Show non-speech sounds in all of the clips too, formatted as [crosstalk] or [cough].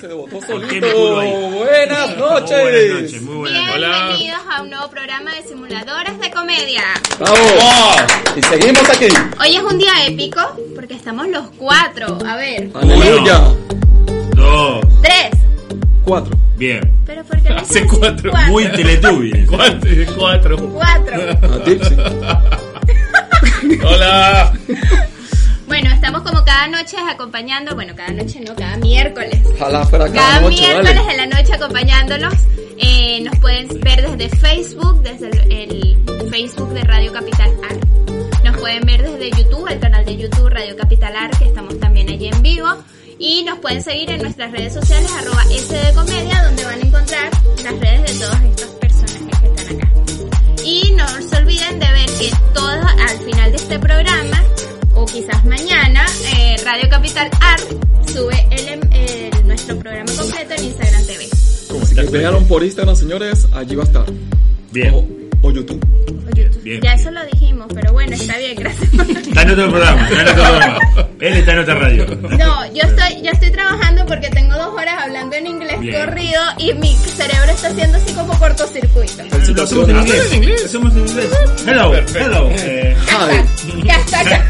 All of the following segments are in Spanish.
Se votó qué solito. me juro ahí? Buenas noches. Muy buenas noches, muy buenas noches. Bienvenidos a un nuevo programa de simuladoras de comedia. Bravo. Y seguimos aquí. Hoy es un día épico porque estamos los cuatro. A ver, Aleluya. Dos. tres. Cuatro. Bien. Pero porque qué no Hace son cuatro. Muy teletubbie. Cuatro. cuatro. Cuatro. A ti, sí. Hola. Bueno, estamos como cada noche acompañando, bueno, cada noche no, cada miércoles. Ojalá fuera cada Cada noche, miércoles vale. en la noche acompañándonos. Eh, nos pueden ver desde Facebook, desde el, el Facebook de Radio Capital Ar. Nos pueden ver desde YouTube, el canal de YouTube Radio Capital Ar, que estamos también allí en vivo. Y nos pueden seguir en nuestras redes sociales, arroba sdcomedia, donde van a encontrar las redes de todas estas personas que están acá. Y no se olviden de ver que todo al final de este programa, o quizás mañana, eh, Radio Capital Art sube el, em- el- nuestro programa completo en Instagram TV. Como si que vearon por Instagram, señores, allí va a estar. O, Bien. o YouTube. O YouTube. bien. Ya eso lo dijimos, pero bueno, está [laughs] bien, gracias. Está en otro programa, está en otro programa. Él está en otra radio. No, yo estoy, yo estoy trabajando porque tengo dos horas hablando en inglés Bien. corrido y mi cerebro está haciendo así [laughs] como cortocircuito. Lo hacemos Ah, en inglés. Lo hacemos en inglés. Hello, hello. eh, Ay, Ya está, ya.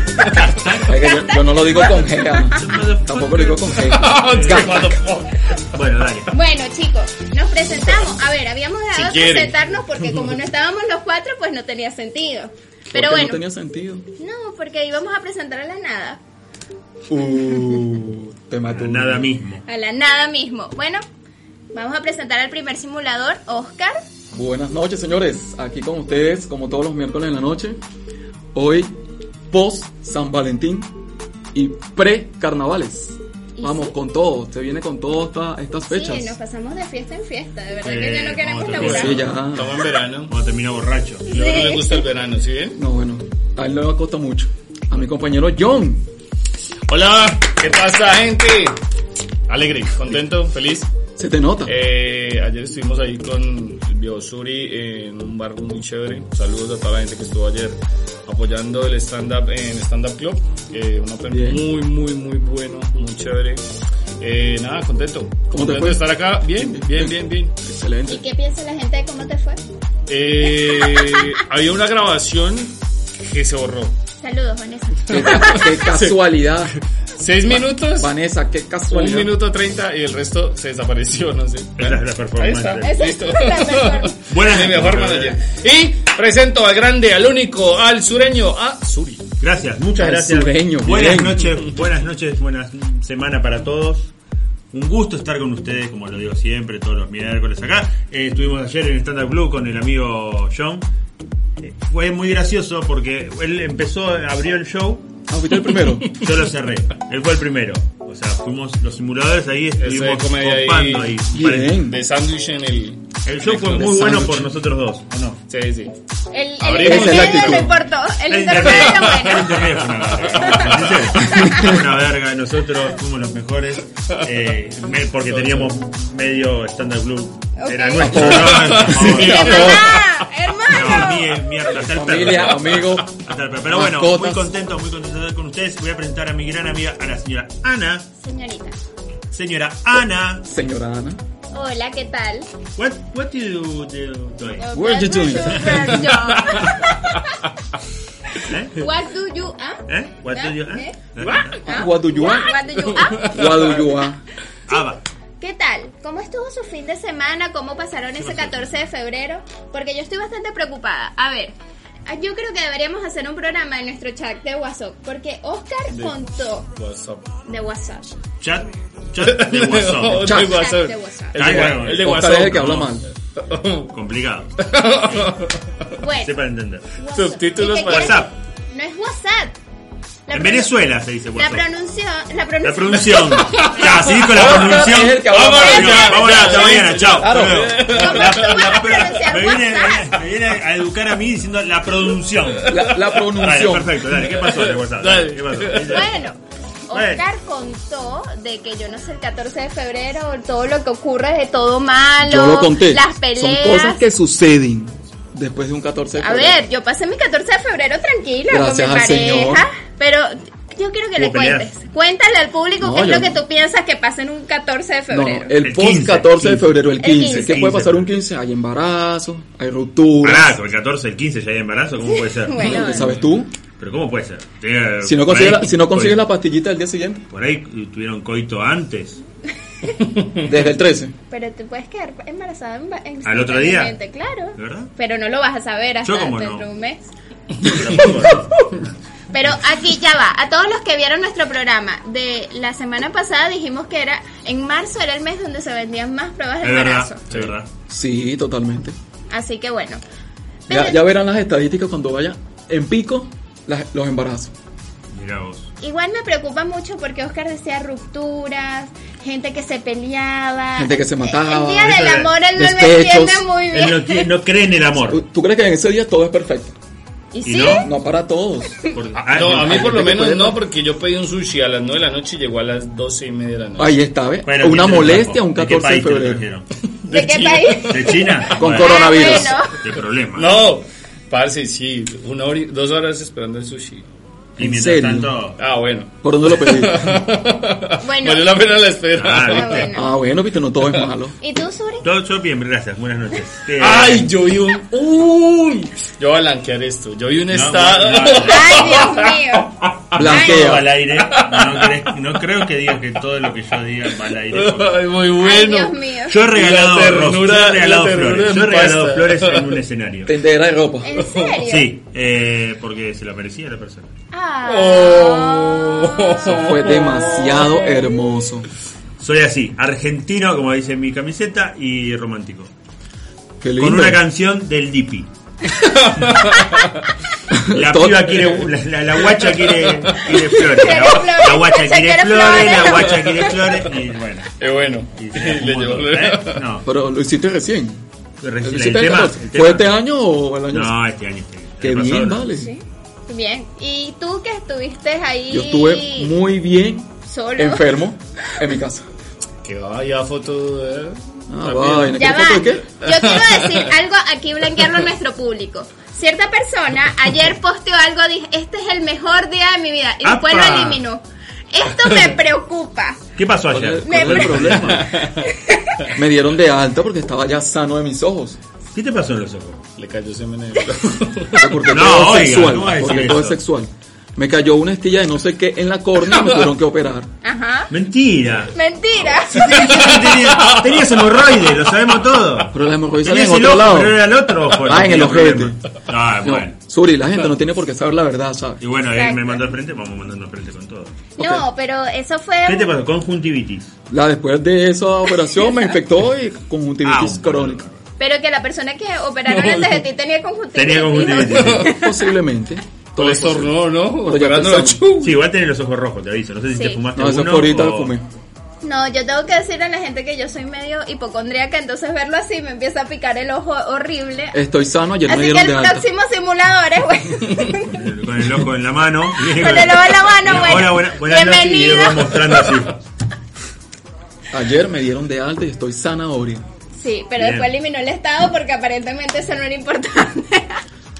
es que yo, yo no lo digo con G. ah. Tampoco lo digo [laughs] con G. Eh, Bueno, dale. Bueno, chicos, nos presentamos. A ver, habíamos Si dado quieren. presentarnos porque como no estábamos los cuatro, pues no tenía sentido. Pero Porque bueno, No tenía sentido. no, porque íbamos a presentar a la nada, Uh, te mató. Nada mismo. a la nada mismo. Bueno, vamos a presentar al primer simulador, Oscar. Buenas noches, señores. Aquí con ustedes, como todos los miércoles en la noche. Hoy, post San Valentín y pre-carnavales. ¿Y Vamos sí? con todo. Se viene con todas esta- estas fechas. Sí, nos pasamos de fiesta en fiesta, de verdad Sí, que ya no queremos otra laburar. Sí, ya. Estamos en verano. Cuando termina borracho. Y luego no le gusta el verano, ¿sí bien? No, bueno, a él le acosta mucho. A mi compañero John. Hola. ¿Qué pasa, gente? Alegre, contento, feliz. Se te nota. Eh, ayer estuvimos ahí con el Biosuri en un bar muy chévere. Saludos a toda la gente que estuvo ayer apoyando el stand-up en Stand Up Club. Eh, un open Bien. muy, muy, muy bueno, muy chévere. Eh, nada, contento. ¿Cómo te contento fue? de estar acá. Bien, bien, bien, bien. Excelente. [laughs] ¿Y qué piensa la gente de cómo te fue? Eh, [laughs] había una grabación que se borró. Saludos, Vanessa. Qué, qué casualidad. Seis minutos, Vanessa, qué un casualidad. minuto treinta y el resto se desapareció, no sé. Esa es la performance. [laughs] Ahí Esa está, es listo. la mejor. Buena Mi gente. mejor manager. Y presento al grande, al único, al sureño, a Suri. Gracias, muchas Al gracias. sureño, buenas bien. noches, buenas noches, buenas semana para todos. Un gusto estar con ustedes, como lo digo siempre, todos los miércoles acá. Eh, estuvimos ayer en Stand Up Blue con el amigo John. Eh, fue muy gracioso porque él empezó, abrió el show, Ah, fuiste el [laughs] primero. yo lo cerré. Él fue el primero. O sea, fuimos los simuladores ahí, estuvimos comedia ahí. copando ahí. Bien. De sándwich en el. El show fue muy bueno por nosotros dos, ¿o no? Sí, sí. El, el Abrimos intermedio el actitud. no importó. El El intermedio internet- era el bueno. internet fue una verga. En serio, fue una verga. Nosotros fuimos los mejores eh, me- porque teníamos medio stand-up club. Era Ok. nuestro. [laughs] ¿no? Por favor. Sí, No, ¡Hermana! ¡Hermano! bien, mierda, hasta el perro. Familia, amigos, Hasta el perro. Pero bueno, muy mascotas. contento, muy contento de estar con ustedes. Voy a presentar a mi gran amiga, a la señora Ana. Señorita. Señora Ana. señora Ana. Hola, ¿qué tal? What, what do you do? doing? What you doing? ¿Eh? What do you ah? ¿Eh? What do you ¿Eh? eh? Ah. What do you want? What do you ah? What do you want? Ah, va. ¿Qué tal? ¿Cómo estuvo su fin de semana? ¿Cómo pasaron ese 14 de febrero? Porque yo estoy bastante preocupada. A ver, yo creo que deberíamos hacer un programa en nuestro chat de WhatsApp. Porque Oscar contó WhatsApp. de WhatsApp. Chat, chat de No, [laughs] WhatsApp. [laughs] el Chat de de WhatsApp. WhatsApp. El de, Claro, el de Oscar es el WhatsApp. que [laughs] habla mal. Complicado. Bueno, Sepa entender. WhatsApp. Subtítulos ¿Y qué para- quieres? WhatsApp. No es WhatsApp. La En pronun- Venezuela se dice La WhatsApp. pronunciación. La La pronunciación. [laughs] pronunciación. Ya, seguí con la Oscar pronunciación. es el que habla Vámonos, mal. no, Ya, vámonos, ya, hasta ya, mañana, ya. chao. Claro. Hasta luego. ¿Cómo tú vas a pronunciar Me viene, WhatsApp? me viene a educar a mí diciendo la pronunciación. La, la Dale, pronunciación. perfecto, dale. ¿Qué pasó en el WhatsApp? Dale. ¿Qué pasó? Bueno, Bueno. Oscar contó de que yo no sé el 14 de febrero, todo lo que ocurre de todo malo. Yo lo conté. Las peleas. Son cosas que suceden después de un 14 de A febrero. ver, yo pasé mi 14 de febrero tranquila Gracias con mi al pareja, Señor. pero yo quiero que le Hubo peleas. cuentes. Cuéntale al público No, qué es yo lo que no. tú piensas que pasa en un 14 de No, febrero. no, el, El post 15, 14 de 15. febrero, el 15. 15. ¿Qué puede 15, pasar un pero- 15? Hay embarazos, hay rupturas. Embarazo, el 14, el 15 ya hay embarazo, ¿cómo puede ser? Bueno. ¿Qué ¿Sabes tú? Pero ¿cóómo puede ser? Tiene- Si no por consigues, ahí- la, si no consigues por- la pastillita del día siguiente, Por ahí tuvieron coito [laughs] antes. desde el 13. Pero te puedes quedar embarazada en, en- ¿Al otro día? instantáneamente, Claro. ¿De verdad? Pero no lo vas a saber hasta Yo como dentro no. de un mes. Tampoco. Pero aquí ya va. A todos los que vieron nuestro programa de la semana pasada dijimos que era en marzo era el mes donde se vendían más pruebas de Es embarazo. verdad, es verdad. Sí, totalmente. Así que bueno. Ya, Pero ya verán las estadísticas cuando vaya en pico las- los embarazos. Mirá vos. igual me preocupa mucho porque Oscar decía rupturas, gente que se peleaba, Gente que se mataba, El día del ¿viste? amor él no me Despechos. entiende muy Él no, bien. tiene- no cree en el ¿Tú, amor. tú crees que en ese día todo es perfecto? ¿Y ¿Y sí? no? No para todos. Por- No, a mí por lo Hay gente que menos puede- no, porque yo pedí un sushi a las 9 de la noche y llegó a las 12 y media de la noche. Ahí está, ¿ves? Bueno, Una ¿quién te lo molestia trajo? un ¿De qué 14 de país te lo febrero. trajeron? ¿De, qué país? ¿De China? Con Bueno, coronavirus. Ah, bueno. Qué problema. No, parce, sí, una hora y- dos horas esperando el sushi. Y mientras serio? tanto. Ah, bueno. ¿Por dónde lo pedí? [laughs] Bueno. Valió la pena la espera. Ah, Ah, viste. bueno. Ah, bueno, viste, no todo [laughs] es malo. ¿Y tú, Suri? Todo yo bien, gracias. Buenas noches. Eh, Ay, yo vi un. ¡Uy! Yo voy a blanquear esto. Yo vi un estado. no, no. Ay, [laughs] Dios mío. todo va Blanquea. al aire. No, cre- no creo que digas que todo lo que yo diga va al [laughs] aire. porque- Ay, muy Ay, bueno. Dios mío. Yo he regalado, Y la ternura- rosas, yo he regalado y la ternura flores. en Yo he regalado pasta. flores en un escenario. Tendera de ropa. ¿En serio? Sí, eh, porque se lo merecía la persona. Ah. Oh. Fue demasiado hermoso. Soy así, argentino, como dice mi camiseta, y romántico. Qué lindo. Con una canción del Dipi. [laughs] La Todo- piba quiere, la, la- la guacha quiere, quiere flores. La, flores, la guacha ella quiere quiere flores, la flores. guacha quiere flores. Y bueno, Qué bueno. y se [laughs] Le fumó llevó todo, ¿eh? No, Pero lo hiciste recién. el, ¿Lo el hiciste en tema, 14? el ¿Fue tema- este año o el año? No, este año. Este año. Qué El pasado bien, no. vale. Bien. ¿Y tú que estuviste ahí? Yo estuve muy bien solo. enfermo en mi casa. Que vaya foto. eh. Ah, También. vaina. Ya ¿Qué va. foto de qué? Yo quiero decir algo aquí, blanquearlo a nuestro público. Cierta persona ayer posteó algo, dije, este es el mejor día de mi vida, y después ¡Apa! lo eliminó. [laughs] Esto me preocupa. ¿Qué pasó ¿Cuál ayer? es- Me cuál es el problema? Me dieron de alta porque estaba ya sano de mis [laughs] ojos. ¿Qué te pasó en los ojos? Le cayó semen en el. Porque No, todo oiga, es sexual. no va a decir porque todo es eso. sexual. Me cayó una estilla de no sé qué en la córnea y [laughs] me tuvieron que operar. Ajá. Mentira. [laughs] Mentira. Tenías- Tenías hemorroides, lo sabemos todo. Pero las hemorroides salen Tenías en el otro ojo, lado. pero era el otro ojo. Ah, en el tenía ojete. problema. Ah, No, bueno. Suri, la gente no tiene por qué saber la verdad, ¿sabes? Y bueno, él Exacto. me mandó al frente, vamos mandando al frente con todo. No, pero eso fue. ¿Qué te pasó? Conjuntivitis. La después de esa operación me infectó y conjuntivitis Ah, un crónica. Pero que la persona que operaron antes de ti tenía conjuntivitis. Tenía conjuntivitis. sí. Posiblemente. [laughs] Todo Todo es posible. estornó, ¿no? pues, Pero ya Operando pensamos. chu. Sí, igual tenés los ojos rojos, te aviso. No sé si Sí. te fumaste No, eso uno fue ahorita o- lo fumé. No, yo tengo que decir a la gente que yo soy medio hipocondríaca, entonces verlo así me empieza a picar el ojo horrible. Estoy sano, ayer Eh, me Así que dieron el de alta. próximo simulador es [laughs] bueno. Con el ojo en la mano. [laughs] Con el ojo en la mano, Mira, bueno. Hola, buena- buenas noches. Y le Bienvenido. voy mostrando así. Ayer me dieron de alta y estoy zanahoria. Sí, pero Bien. después eliminó el estado porque aparentemente eso no era importante. [laughs]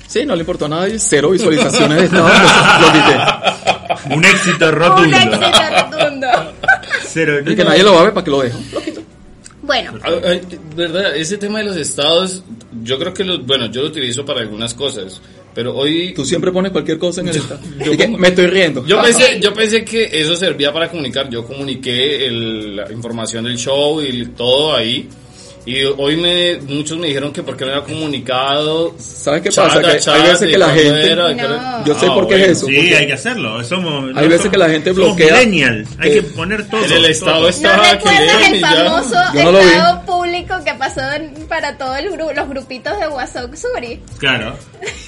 Sí, no le importó a nadie, cero visualizaciones de estado, entonces Un éxito Un rotundo. éxito rotundo. Cero. lo quité. Y que nadie lo va a ver para que lo dejo. Lo quité. Bueno, Ay, Ah, ay, verdad, ese tema de los estados, yo creo que lo, bueno, yo lo utilizo para algunas cosas, pero hoy Tú siempre pones cualquier cosa en el estado. yo Y que como- me estoy riendo. yo pensé, yo pensé que eso servía para comunicar, yo comuniqué el- la información del show y todo ahí. Y hoy me, muchos me dijeron que por qué no había comunicado. ¿Sabes qué pasa? Que hay veces de que la cuándo gente- era, de No. cuándo era. Yo sé Ah, por qué bueno. es eso. Sí, porque hay que hacerlo. Somos, Hay veces que la gente bloquea. Somos millennial. Hay que poner todo. En el estado todo. ¿no estaba que recuerdas vieron y el ya. famoso Yo no lo vi. estado público que pasó en- para todos los grupitos de WhatsApp Suri? Claro.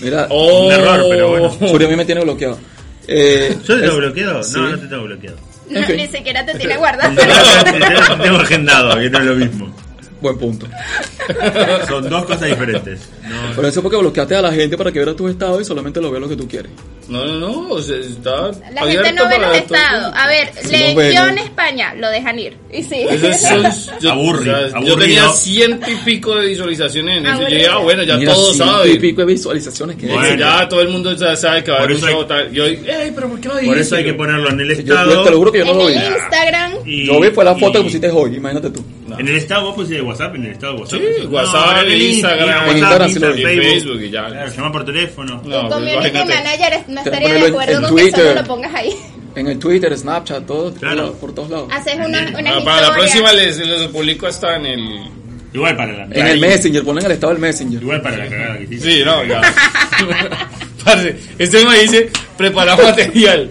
Mira, Oh. Un error, pero bueno. Suri a mí me tiene bloqueado. Eh, ¿Yo te Oh. es- tengo bloqueado? No, sí. no te tengo bloqueado. No, Ok. Ni siquiera te tiene guardado. [laughs] Te tengo- te tengo agendado, que no es lo mismo. Buen punto. Son dos cosas diferentes. No, Por eso es porque bloqueaste a la gente para que viera tus estados y solamente lo vea lo que tú quieres. No, no, no, o sea, está La gente no ve los estados. A ver, Sí, no ve, legión ¿no? España, lo dejan ir. Y sí. Eso es- eso es- [laughs] yo, Aburrido, yo tenía aburrido. ciento y pico de visualizaciones en eso. Yo dije, Aburrido. ah, bueno, ya Mira, todos ciento saben. y pico de visualizaciones que Bueno. es. Ya todo el mundo ya sabe que va a Por haber un eso hay- show tal. Yo, ey, pero ¿por qué no dijiste? Por eso hay que ponerlo en el Yo, yo te lo estado. juro que yo no [laughs] en lo el vi. Instagram. y- Yo vi fue la foto y- que pusiste hoy, imagínate tú. En el estado, vos pusiste WhatsApp, en el estado de WhatsApp. Ah, Sí, WhatsApp, en el Instagram, WhatsApp, en Instagram sí lo vi. Y Facebook y ya. Claro, llamar por teléfono. No, tu pues, community imagínate. manager no que ponerlo estaría de en- acuerdo en con que solo Twitter. lo pongas ahí. En el Twitter, Snapchat, todo, por Claro. la- por todos lados. Haces una, una Ah, para la historia. próxima les, les publico hasta en el. Igual para la En el Messenger, ponen el estado del Messenger. Igual para la cagada que hiciste. Sí, no, ya. [laughs] Parce, este me dice, prepara material.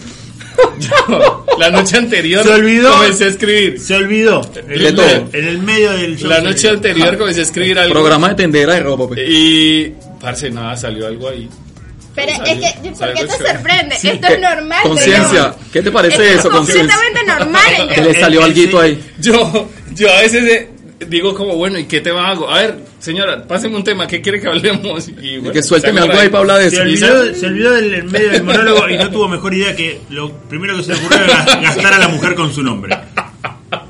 [laughs] Yo, la noche anterior Se olvidó. comencé a escribir. Se olvidó. En De el- todo. En el medio del show La se noche olvidó. anterior comencé a escribir algo. Ah, Programa de tendera de ropa, pues. Y. Parce, nada, salió algo ahí. Pero Salió- es que, ¿por salió qué algo te chévere. sorprende? Sí, Esto es que- normal. conciencia, Diego. ¿qué te parece Esto eso, Es conciencia? completamente [laughs] normal. Que le Diego. salió el- alguito ahí. Yo, yo a veces eh, digo como, bueno, ¿y qué tema hago? A ver, señora, páseme un tema, ¿qué quiere que hablemos? Y, bueno, que suélteme saco algo ahí para hablar de Se eso. olvidó, se olvidó del en medio del monólogo y no tuvo mejor idea que lo primero que se le ocurrió [laughs] era gastar a la mujer con su nombre.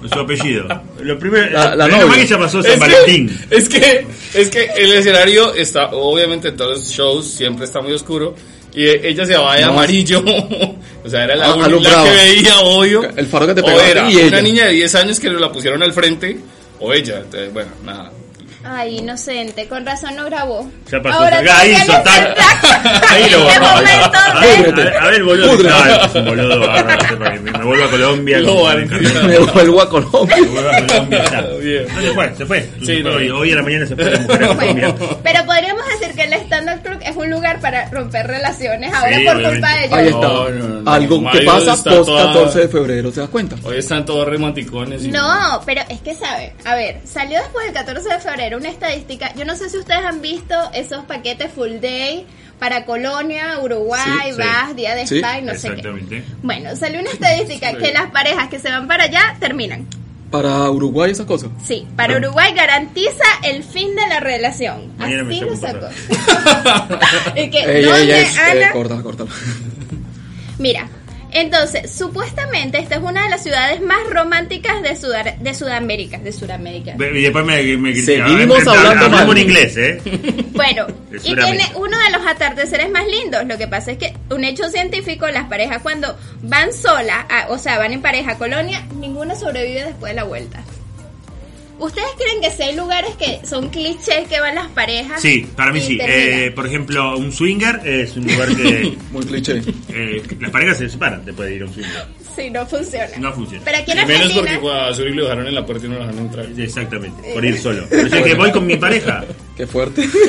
Con su apellido. Lo primero, La- la menos novia. [laughs] mal que ya pasó San que- Valentín. es que, es que el escenario está, obviamente en todos los shows siempre está muy oscuro. Y eh, ella se va de No. amarillo. [laughs] o sea, era la, Ah, única alumbrado. que veía, obvio. El faro que te O pegaba a era ti y ella. una niña de 10 años que la pusieron al frente. O ella. Entonces, bueno, nada. Ay, inocente, con razón no grabó. Ya pasó. Ahora Ya tiene hizo, que hacer tac. [laughs] tac. Ahí lo De vamos a ver. momento, A ¿ves? ver, a ver, a ver, boludo. Pudre. No, es un boludo bárbaro, para que me, me vuelvo a Colombia. Lo me- valiente. me- me- [laughs] Me vuelvo a Colombia. me vuelvo a Colombia ya. [laughs] Bien. No se fue, se fue. Se Sí, fue no. hoy, hoy a la mañana se fue la mujer a Colombia. [laughs] Bueno, pero podríamos decir que el stand-up crook es un lugar para romper relaciones ahora Sí, por culpa obviamente. de Ahí ellos. está. No, no, no. Algo que Mario pasa está post toda- 14 de febrero, ¿te das cuenta? Hoy están todos remanticones. y- No, pero es que sabe, a ver, salió después del 14 de febrero una estadística, yo no sé si ustedes han visto esos paquetes full day para Colonia, Uruguay, Sí, sí. Vas, Día de Sí. Spa y no sé qué. Exactamente. Bueno, salió una estadística que las parejas que se van para allá terminan. Para Uruguay esas cosas. Sí, para Uruguay garantiza el fin de la relación. Mañana me Así llamo lo sacó. [laughs] y [laughs] que, Ey, ey, ¿dónde, ey, es- eh, Ana? cortala, cortala. Mira, entonces, supuestamente esta es una de las ciudades más románticas de, Sudar- de Sudamérica. De Sudamérica. Ve- Y después me, me critica. Seguimos Hab- hab- hablando Hablamos mal. en inglés, ¿eh? [laughs] Bueno, De y Sudamérica. tiene uno de los atardeceres más lindos. Lo que pasa es que un hecho científico, las parejas cuando van solas, a- o sea, van en pareja a Colonia, ninguna sobrevive después de la vuelta. ¿Ustedes creen que si hay lugares que son clichés que van las parejas? Sí, para mí y sí. terminan? Eh, por ejemplo, un swinger es un lugar que [laughs] [laughs] Muy cliché. eh, las parejas se separan después de ir a un swinger. Sí, no funciona. No funciona. Pero aquí en Y menos Argentina. porque a Zuri lo dejaron en la puerta y no lo dejaron entrar. Eh, Exactamente, por ir solo. Pero yo que voy con mi pareja. Qué [laughs] fuerte. Esto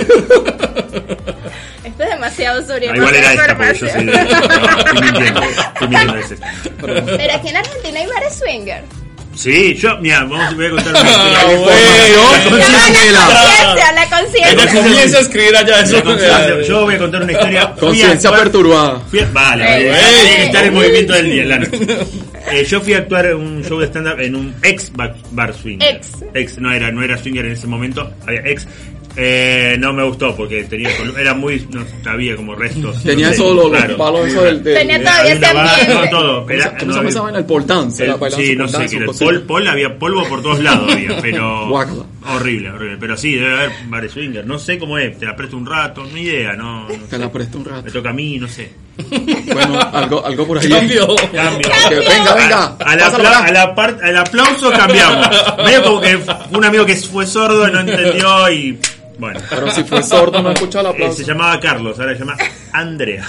es demasiado serio. Ah, igual era esta, porque yo soy de. información. No, estoy mintiendo. Estoy mintiendo, es esta. Pero aquí en Argentina hay bares swinger. Sí, yo, mira, vamos, voy a contar una historia. Ah, bueno. No, Conciénciela. la conciencia, la Ella conciencia. comienza a escribir allá eso. La [laughs] conciencia- Yo voy a contar una historia. Fui a Conciencia actuar- perturbada. fui a- Vale, vale, Ey, tiene que ey. [laughs] estar el movimiento del día, Lano. Eh, yo fui a actuar en un show de stand-up en un ex ba- bar swinger. Ex. no era, no era swinger en ese momento, había ex. Eh, no me gustó porque tenía, col- era muy, no había como restos. Tenía no sé, eso, los, los claro. palos esos del... del- Tenía Eh, todo. Todavía había una está barra, bien. no, todo. ¿Cómo se- Era, cómo se no, llama esa vaina? El pole dance. el- la bailaban sí, su no pole sé, dance, que su el cosita. pol, pol había polvo por todos [laughs] lados, había, pero Guácala. horrible, horrible. Pero sí, debe haber bares swinger, no sé cómo es, te la presto un rato, ni idea, no, no Te sé. la presto un rato. [laughs] me toca a mí, no sé. Bueno, algo, algo por ahí. Cambio. Cambio. Que venga, venga. Al, apla- pásala. al apar- al [laughs] aplauso cambiamos. Medio como que un amigo que fue sordo no entendió y bueno. Pero si fue sordo, no escuchó el Eh, aplauso. se llamaba Carlos, ahora se llama Andrea.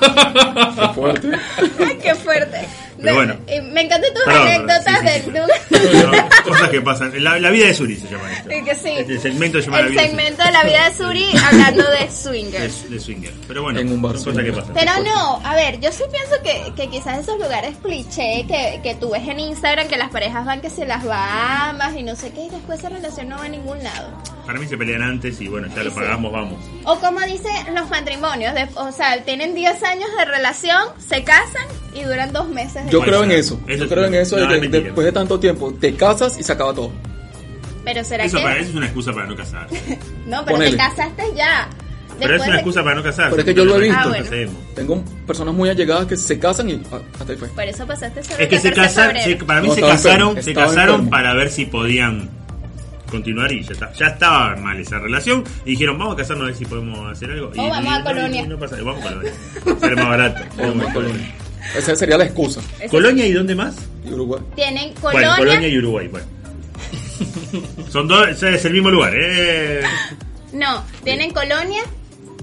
Qué fuerte. [laughs] Qué fuerte. Pero Me- bueno. eh, Me encantan tus Perdón, anécdotas sí, sí, [laughs] sí. del Douglas. Pero cosas que pasan. La, la vida de Suri se llama esto. Sí, que sí. Este segmento se llama La El vida de Suri. segmento de la vida de Suri hablando de de, swingers. de swinger. Pero bueno, En un bar son cosas que swinger. pasan. Pero no, a ver, yo sí pienso que, que quizás esos lugares cliché que, que tú ves en Instagram, que las parejas van que se las Bahamas y no sé qué, y después esa relación no va a ningún lado. Para mí se pelean antes y bueno, ya lo Sí. pagamos, vamos. O como dicen los matrimonios, de- o sea, tienen 10 años de relación, se casan y duran dos meses. de Yo Puede creo en ser. eso. Eso Yo es creo en una- eso no, de que es mentira. después de tanto tiempo te casas y se acaba todo. Pero será Eso, que... para, eso es una excusa para no casar. [laughs] No, pero Ponele. te casaste ya. Pero Después es una de- excusa para no casar. Pero es que yo lo he visto. Ah, bueno. Tengo personas muy allegadas que se casan y ah, hasta ahí fue. Por eso pasaste solo Es que se 14 de casaron, febrero. para mí No, se estaba casaron, enfermo, se estaba casaron enfermo. para ver si podían continuar y ya está. Ya estaba mal esa relación. Y dijeron, vamos a casarnos a ver si podemos hacer algo. Y- O vamos a y- Colonia. y no pasa- vamos a Colonia. Será más barato. [laughs] Vamos a Colonia. Esa sería la excusa. Eso- Colonia y dónde más? Y Uruguay. Tienen Bueno, colonia, Colonia y Uruguay, bueno. [laughs] Son dos, es el mismo lugar, eh. no, tienen colonia,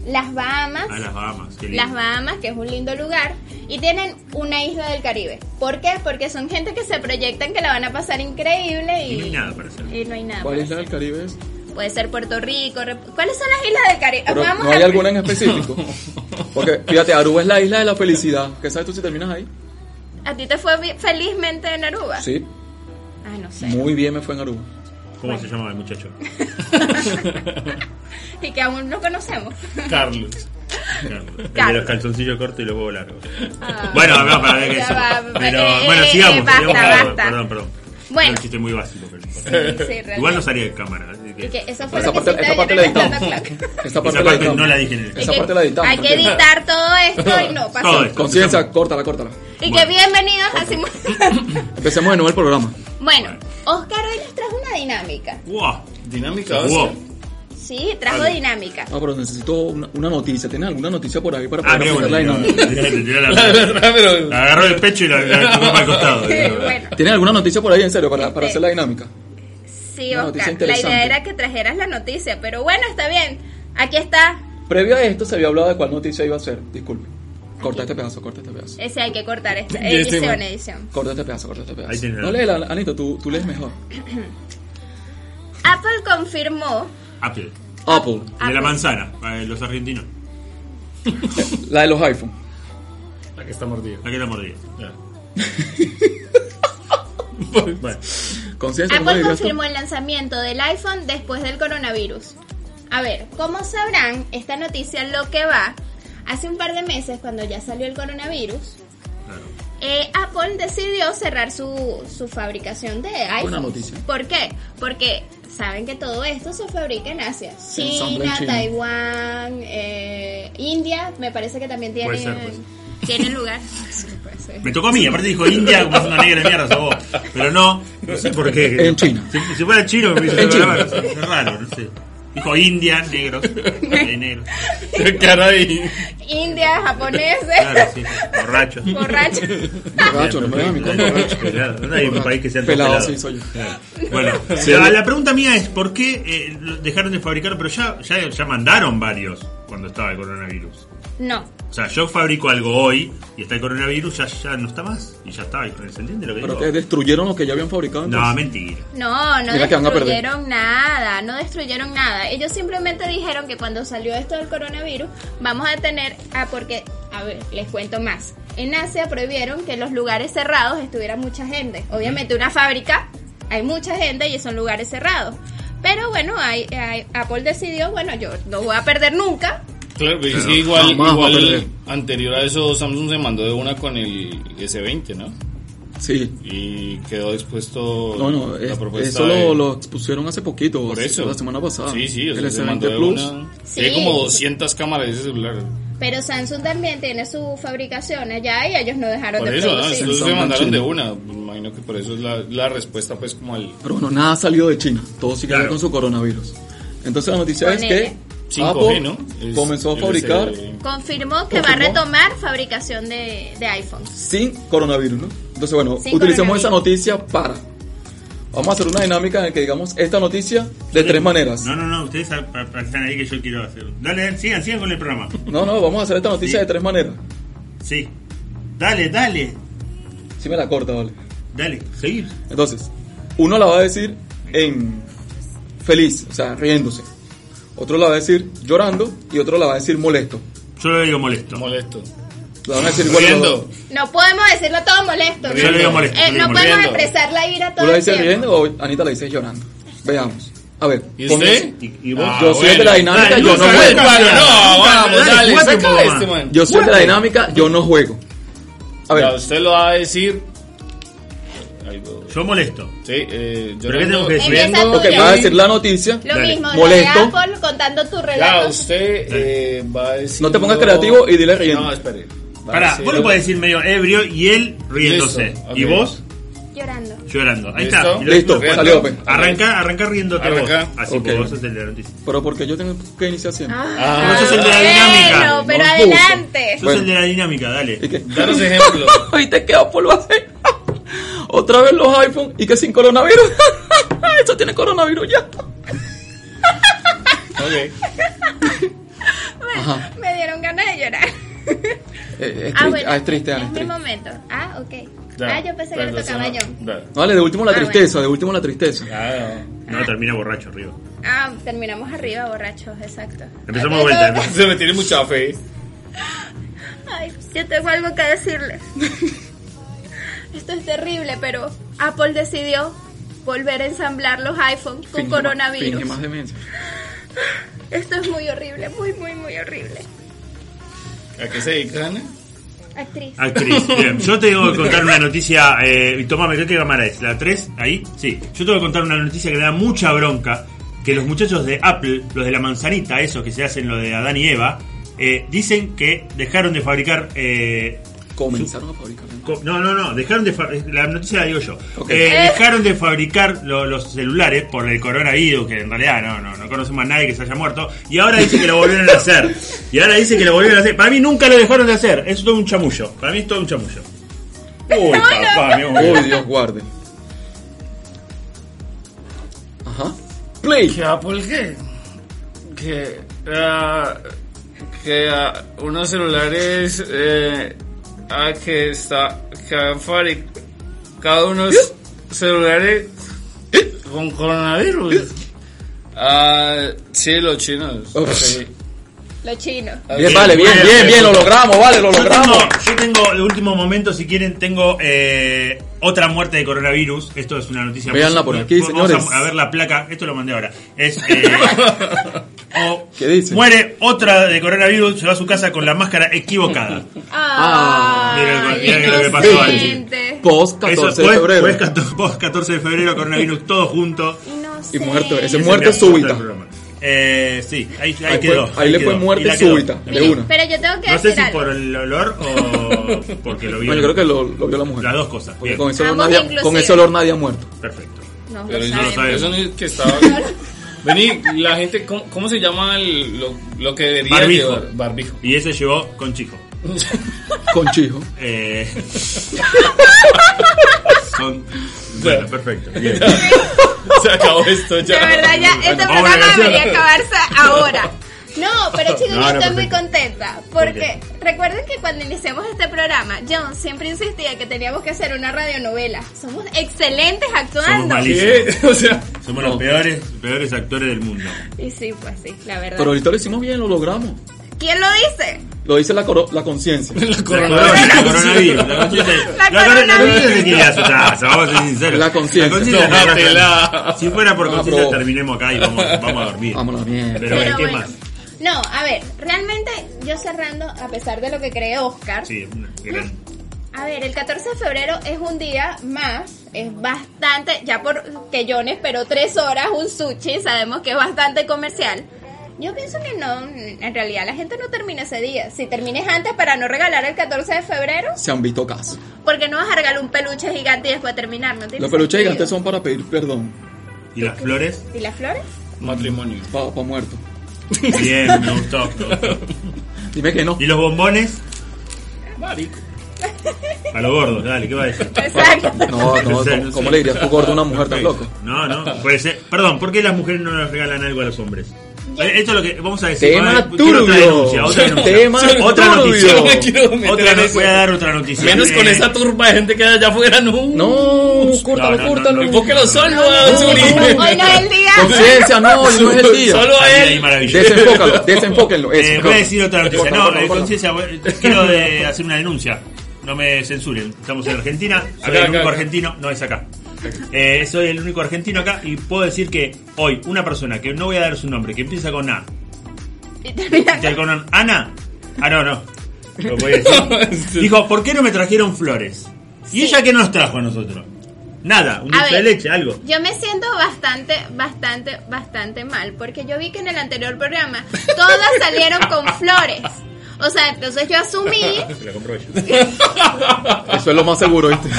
las Bahamas, A las Bahamas, qué lindo. las Bahamas, que es un lindo lugar, y tienen una isla del Caribe. ¿Por qué? Porque son gente que se proyectan que la van a pasar increíble y, Y no hay nada para hacer. y no hay nada ¿Cuál para isla del Caribe es? hacer. Puede ser Puerto Rico. Rep- ¿Cuáles son las islas del Caribe? Pero Vamos no hay a- alguna en [laughs] específico. Porque fíjate, Aruba es la isla de la felicidad. ¿Qué sabes tú si terminas ahí? ¿A ti te fue bi- felizmente en Aruba? Sí, Ah, no sé. muy bien me fue en Aruba. ¿Cómo se llamaba el muchacho? Y que aún no [laughs] conocemos. Carlos. El de Claro. los calzoncillos cortos y los huevos largos. Bueno, no, para ver qué Ah. Ya eso. va, Pero eh, bueno, eh, sigamos. basta, sigamos, perdón, basta. Perdón, perdón. Bueno. Era Un chiste muy básico. Pero, no importa. Sí, sí, Igual no realmente. salía de cámara. así que- Y que eso fue Esa lo que parte, hiciste esa parte la ayer en editamos. Santa Claus. Esa parte Esa la parte no editamos. la dije en el Y Esa que parte la editamos. Hay que editar todo esto [laughs] y no, pasó. Todo esto. Conciencia, córtala, córtala. Y Bueno. que bienvenidos a Simón. Empecemos de nuevo el programa. bueno, Oscar hoy nos trajo una dinámica. ¡Wow! Dinámica. Oscar. ¡Wow! Sí, trajo Vale. dinámica. Ah, pero necesito una, una noticia. ¿Tienes alguna noticia por ahí para Ah, poder qué meterla bueno. ahí? No. Te tiró- te tiró La La verdad, [laughs] pero- la agarró del pecho y [laughs] la la tiró para el costado. [laughs] bueno, ¿Tienes alguna noticia por ahí, en serio, para, para Este- hacer la dinámica? sí, Una noticia Oscar. La idea interesante. era que trajeras la noticia, pero bueno, está bien. Aquí está. Previo a esto se había hablado de cuál noticia iba a ser. Disculpe. Corta este pedazo, corta este pedazo. Ese hay que cortar. Esta. Ya estoy Edición, mal. edición. Corta este pedazo, corta este pedazo. Ahí tienes la- No léela, Anito, tú, tú lees mejor. Apple confirmó. Apple. Apple, De Apple. la manzana. eh, Los argentinos. la de los iPhone. La que está mordida. Aquí la mordida. Ya. Bueno. Conciencia, ¿cómo Apple dirías tú? confirmó el lanzamiento del iPhone después del coronavirus. A ver, como sabrán, esta noticia lo que va, hace un par de meses cuando ya salió el coronavirus, Claro. eh, Apple decidió cerrar su, su fabricación de iPhones. noticia. ¿Por qué? Porque saben que todo esto se fabrica en Asia. Se ensambla en China, China. Taiwán, eh, India, me parece que también tienen, Puede ser, puede ser. tienen [laughs] lugar. Sí, puede ser. Me tocó a mí, aparte dijo India como es una negra de mierda, sos vos. Pero no, no sé por qué. En China. Si, si fuera chino, me hubiese En China. raro, es raro, no sé. Dijo India, negros, eh, negros. [laughs] Caray. India, japoneses, Claro, sí, borrachos. [laughs] borrachos. Borracho, no me hagas mi cuento, borracho. Pelado, No hay un país que sea Pelado, sí, soy yo. Bueno, la, la pregunta mía es: ¿por qué eh, lo dejaron de fabricar? Pero ya, ya, ya mandaron varios cuando estaba el coronavirus. No, O sea, yo fabrico algo hoy y está el coronavirus, ya, ya no está más. Y ya está. ¿Se entiende lo que Pero digo? que destruyeron lo que ya habían fabricado. No, entonces. mentira. No, no Mira que van a perder. destruyeron nada, no destruyeron nada. Ellos simplemente dijeron que cuando salió esto del coronavirus, vamos a tener a porque, a ver, les cuento más. En Asia prohibieron que en los lugares cerrados estuviera mucha gente. Obviamente una fábrica, hay mucha gente y son lugares cerrados. Pero bueno, hay- hay- Apple decidió, bueno, yo no voy a perder nunca. Claro, pero es Claro, que igual, jamás va a igual perder. anterior a eso Samsung se mandó de una con el S20, ¿no? Sí. y quedó expuesto No, no, la es- propuesta. eso de- lo, lo expusieron hace poquito, por eso. la semana pasada. Sí, sí, o sea, el se mandó S20 de Plus. una- Sí. Tiene como 200 cámaras de ese celular. Pero Samsung también tiene su fabricación allá y ellos no dejaron Por de eso, ¿no? producir. Entonces se Samsung mandaron China. de una. Me imagino que por eso es la, la respuesta, pues, como al Pero bueno, nada ha salido de China, todo sigue Claro. con su coronavirus. Entonces la noticia Ponele. es que 5G, Apple ¿no? Es- comenzó a es, fabricar eh, Confirmó que va a Confirmó. retomar fabricación de, de iPhones. sin coronavirus, ¿no? Entonces, bueno, Sin utilicemos esa coronavirus. noticia para. Vamos a hacer una dinámica en la que digamos esta noticia de tres maneras. No, no, no, ustedes a- a- a- están ahí que yo quiero hacerlo. Dale, sigan, sigan con el programa. No, no, vamos a hacer esta noticia de Sí. tres maneras. Sí. Dale, dale, Si me la corta, vale. dale, seguir. Entonces, uno la va a decir en feliz, o sea, riéndose. Otro la va a decir llorando y otro la va a decir molesto. Yo lo digo molesto. molesto. La van a decir igual. a los Riendo. dos. No podemos decirlo todo molesto. ¿no? Yo le digo molesto, Eh, yo le digo no molesto. podemos Riendo. expresar la ira ¿Tú todo la el dices tiempo. riendo o Anita la dice llorando? Veamos. A ver. ¿Y pónganse- usted? Y- y vos- Ah, yo soy el de la bueno. dinámica, Dale, yo no Lucas, Dale, juego. Lucas. Mario, no, vamos, Dale, dale, cuatro, saca mamá. este, man. Yo soy el de la dinámica, yo no juego. A Ya, ver, usted lo va a decir. Algo. Yo molesto. Sí, eh, yo ¿Pero qué tengo que decir? Empieza tú, ok, Jay. vas a decir la noticia. Lo Dale. mismo, Molesto. lo de Apple contando tu Ya, relato. usted eh, va a decir. No te pongas creativo y dile riendo. No, espere. Va a Pará, decir- vos lo podés decir medio ebrio y él riéndose. Listo, ok. Y vos Llorando. llorando. Ahí ¿Listo? está. Y lo- Listo, lo- salió, pues. Arranca, arranca riéndote Arranca. vos. Así Ok. porque vos sos el de la noticia. Pero porque yo tengo que iniciar siempre. Ah, Vos sos el de la Bueno, dinámica. pero No, adelante. Sos Bueno. el de la dinámica, ¿Y dale. qué? [laughs] Danos ejemplos. Ahorita queda por lo hacer. [laughs] Otra vez los iPhone y que sin coronavirus. [laughs] Eso tiene coronavirus ya. Ok. Ajá. Me dieron ganas de llorar. Eh, es, Ah, triste, bueno. ah, es triste, Ana, es es mi triste. momento. Ah, ok. Ya, ah, yo pensé que perdón, le tocaba no, yo. dale. Vale, de último la Ah, tristeza, de último la tristeza. Ah, no. No, termina borracho, Río. Ah, terminamos arriba, borrachos, exacto. Empezamos de vuelta, empezamos. [laughs] Se me tiene mucha fe. Ay, yo tengo algo que decirles. Esto es terrible, pero Apple decidió volver a ensamblar los iPhone con Finge más- coronavirus. finge más demencia. Esto es muy horrible, muy, muy, muy horrible. ¿A qué se dedican? Actriz. Actriz. Bien, yo te tengo que contar una noticia. Eh, tomame, ¿qué cámara es? ¿La 3? ¿Ahí? Sí. Yo tengo que contar una noticia que me da mucha bronca. Que los muchachos de Apple, los de la manzanita, esos que se hacen lo de Adán y Eva, eh, dicen que dejaron de fabricar. eh, Comenzaron a fabricar. ¿no? co- no, no, no, dejaron de fa- eh, la noticia la digo yo. Ok. Eh, dejaron de fabricar lo- los celulares por el coronavirus, que en realidad no, no, no conocemos a nadie que se haya muerto, y ahora dice que lo volvieron a hacer. Y ahora dice que lo volvieron a hacer. Para mí nunca lo dejaron de hacer, es todo un chamullo. Para mí es todo un chamullo. Uy, papá, mi amor. Uy, Dios guarde. Ajá. Play. Que Apple que. Que. ah, que ah, unos celulares. Eh, ah, que está. Que han fabricado unos celulares. Con coronavirus. Ah, sí, los chinos. Uf. Sí. Lo chino. Bien, vale, bien, bien, bien, lo logramos, vale, lo Yo tengo, logramos. yo tengo, de último momento, si quieren, tengo eh, otra muerte de coronavirus. Esto es una noticia. Véanla por aquí, Vamos señores. A, a ver la placa. Esto lo mandé ahora. [laughs] Es. eh, o ¿Qué dice? Muere otra de coronavirus, se va a su casa con la máscara [laughs] equivocada. Ah, mira, mira lo que pasó ahí. inocente. Post 14 Eso, de pues- febrero. pues 14 pues 14 de [laughs] febrero, coronavirus, todo junto. Inocente. Y muerto, ese Ese muerte me apunta súbita. el programa. Eh, sí, ahí, ahí Ahí quedó. fue- ahí le fue quedó. muerte Y la quedó. súbita, La de quedó. una. Pero yo tengo que No sé decir si algo. por el olor o porque lo No, vio. yo creo que lo, lo vio la mujer. Las dos cosas. Porque Bien. con ese, olor Ambos nadie- inclusive. con ese olor nadie ha muerto. Perfecto. No, Pero lo yo no sabemos. sabemos. Eso ni [laughs] que estaba. Vení, la gente, ¿cómo, cómo se llama el- lo, lo que debería Barbijo. llevar? Barbijo. [laughs] Y ese llegó con chico. Con [laughs] chijo. [laughs] Eh, son. Bueno, perfecto. Bien. Se acabó esto [laughs] ya. [laughs] De verdad, ya este vamos a programa la debería canción. acabarse ahora. No, pero chicos, No, yo no, estoy muy perfecto. contenta. Porque recuerden que cuando iniciamos este programa, John siempre insistía que teníamos que hacer una radionovela. Somos excelentes Somos actuando. malísimos. ¿Qué? O sea, Somos los peores, peores actores del mundo. y sí, pues sí, la verdad. Pero ahorita lo hicimos bien, lo logramos. ¿Quién lo dice? Lo dice la, coro- la conciencia. [laughs] la La coronavirus. corona- la coronavirus. La conciencia- La la corona- la conciencia coronavirus. se quiere a su casa, vamos a ser sinceros. La conciencia. Tómatela. Si fuera por Ah, conciencia, bro. terminemos acá y vamos, vamos a dormir. Vámonos bien. Pero, bueno, ¿qué bueno. más? No, a ver, realmente yo cerrando, a pesar de lo que cree Oscar, Sí, una gran- A ver, el 14 de febrero es un día más, es bastante, ya porque John esperó tres horas un sushi, sabemos que es bastante comercial. Yo pienso que no, en realidad la gente no termina ese día. Si termines antes para no regalar el 14 de febrero, Se han visto casos. porque no vas a regalar un peluche gigante y después terminar, ¿no? tiene Los peluches sentido. gigantes son para pedir perdón. ¿Y las flores? ¿Y las flores? [laughs] Matrimonio. Para muerto. Bien, me gustó, me gustó. Dime que no. ¿Y los bombones? Marico. A los gordos, dale, ¿qué va a decir? Exacto. [laughs] No, no, No sé, ¿cómo, no cómo sé. le dirías tú gordo a una mujer tan Ok. loco? No, no, puede ser. Perdón, ¿por qué las mujeres no nos regalan algo a los hombres? Eh, Esto es lo que vamos a decir. Tema Vamos a ver, quiero otra turbio. denuncia, otra denuncia. Tema otra noticia. turbio. No me quiero meter Otra en no- eso. voy a dar otra noticia. Menos con Eh, esa turba de gente que hay allá afuera, no. No, córtalo, no, no, córtalo. no. Porque lo son, no, Hoy no es el día. Conciencia, no, hoy no es el día. Solo ahí, a ahí, él. maravilloso. Desenfócalo, desenfóquenlo. Eh, voy a decir otra noticia. Corta, No, corta, eh, corta. conciencia, voy- quiero de- hacer una denuncia. No me censuren. Estamos en Argentina. Soy Acá, el acá, único acá. argentino. No, es acá. Eh, soy el único argentino acá y puedo decir que hoy una persona que no voy a dar su nombre, que empieza con A, Y termina- empieza con un- Ana. Ah, no, no. Lo voy a decir. Dijo, ¿por qué no me trajeron flores? ¿Y Sí. ella qué nos trajo a nosotros? Nada, un A dulce de ver, leche, algo. Yo me siento bastante, bastante, bastante mal, porque yo vi que en el anterior programa todas [laughs] salieron con flores. O sea, entonces yo asumí, Se la compró ella. Eso es lo más seguro, [laughs] ¿viste?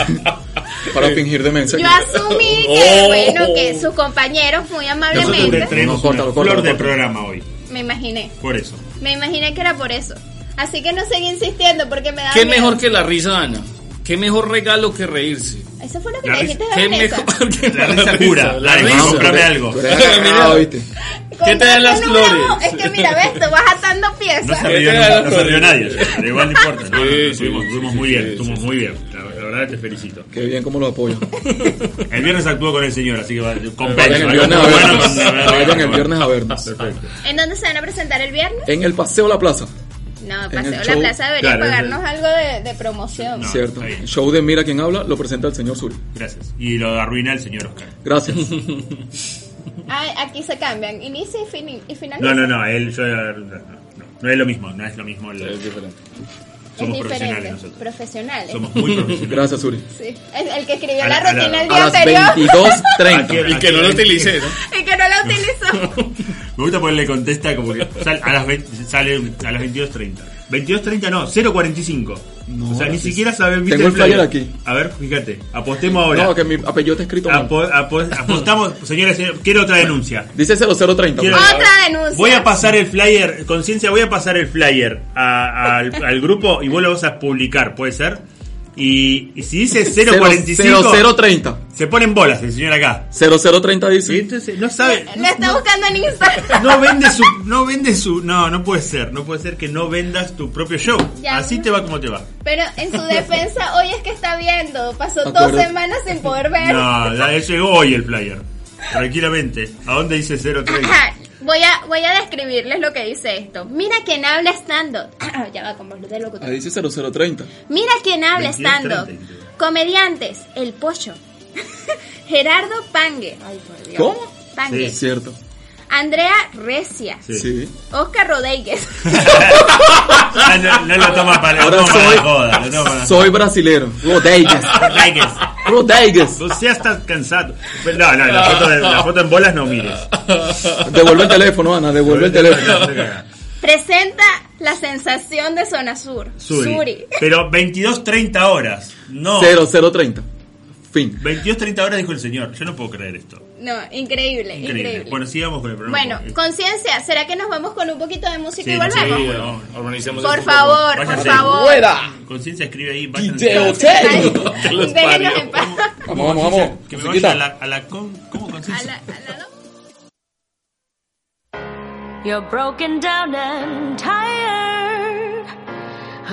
Para fingir demencia. yo asumí que, bueno, que sus compañeros muy Oh. Nosotros te amablemente, traemos No, córtalo, córtalo, una flor del córtalo. programa hoy. me imaginé, Por eso. me imaginé que era por eso. Así que no seguí insistiendo porque me da Qué miedo. mejor que la risa, Ana. Qué mejor regalo que reírse. Eso fue lo que La me risa- dijiste de Qué Vanessa. mejor que La risa cura. La Dale, risa. vamos, comprame algo. Tú [laughs] eres agarrado, ¿viste? [laughs] ¿Qué te dan las Con una flores? mo- Es que mira, ves, tú vas atando No piezas. se rió, Era no, la no se rió flor. nadie, pero igual no importa. No, no, Sí, no, estuvimos, sí, estuvimos sí, muy sí, bien, sí, estuvimos muy bien. La, la verdad te felicito. Qué bien cómo lo apoyo. El viernes actuó con el señor, así que va, Vayan compenso. el algo viernes a muy bueno con- vernos. Vayan el viernes a vernos. Perfecto. ¿En dónde se van a presentar el viernes? En el paseo La Plaza. No, En el Paseo La show, Plaza debería claro, es pagarnos algo de, de promoción. No. Cierto. está bien. El show de Mira Quien Habla lo presenta el señor Suri. Gracias. Y lo arruina el señor Oscar. [laughs] Gracias. Ah, aquí se cambian, inicio y, fini- y final. No, no, no, él, yo. No, no, no es lo mismo, no es lo mismo. lo- Es diferente. somos profesionales nosotros. Profesionales. Somos muy [laughs] profesionales. Gracias, Suri. Sí. El, el que escribió A la la- a la- rutina el A día las anterior 22.30. Y que no lo utilicé, ¿no? [laughs] y que no la [laughs] utilizó. [laughs] Me gusta porque le contesta como que sal- a las, ve- sale a las 22.30. 22.30 no, 0.45. No, o sea, ni sí. siquiera saben Tengo el flyer aquí. A ver, fíjate, apostemos ahora. No, que mi apellido está escrito mal. Apo- apo- apostamos, señores, señores, quiero otra denuncia. Dice 0030. Quiero- Otra denuncia. Voy a pasar el flyer, conciencia, voy a pasar el flyer a- al, al grupo y vos lo vas a publicar, ¿puede ser? Y, y si dice 0.45, 0030. se ponen bolas el señor acá. 0030 Y dice. entonces, no sabe, Lo está buscando en Instagram. No vende su, no vende su, no, no puede ser, no puede ser que no vendas tu propio show. Ya. Así te va como te [laughs] va. Pero en su defensa, hoy es que está viendo. Pasó dos Acuérdate. semanas sin poder ver. No, ya llegó hoy el flyer. Tranquilamente. ¿A dónde dice [laughs] 030? Ajá, voy a, voy a describirles lo que dice esto. Mira quién habla estando. [clears throat] ya va con voz de locutor. Ah, dice 0030. Mira quién habla 22, estando. 30. Comediantes, el pollo. [laughs] Gerardo Pangue. Ay, por Dios. ¿Cómo? Pangue. Es cierto. Andrea Recia. Sí. Sí. Oscar [laughs] Rodríguez. Ah, no, no lo toma para, lo Ahora toma soy, de [laughs] joda, lo toma para- soy brasilero. Rodríguez. Rodríguez. Rodríguez. Vos ya estás cansado. Pero No, no, la foto, de- la foto en bolas no mires. Devuelve el teléfono, Ana. Devuelve el teléfono. Presenta la sensación de Zona Sur. Suri. Pero 22.30 horas. No. 0030. Fin. 22.30 horas dijo el señor. Yo no puedo creer esto. No, increíble, Increíble. increíble. Bueno, sigamos con el programa. Eh, Bueno, conciencia, ¿será que nos vamos con un poquito de música Sí, y sí, eh, volvemos? bueno, Organicemos Por el- favor, por Váyanse. favor. Conciencia escribe ahí. DJ váyanse. [laughs] Hotel. los Déjenos parió. en paz. Vamos, vamos, vamos. Que me Musiquita. vaya a la, a la con, ¿Cómo A conciencia? la- a la- You're broken down and tired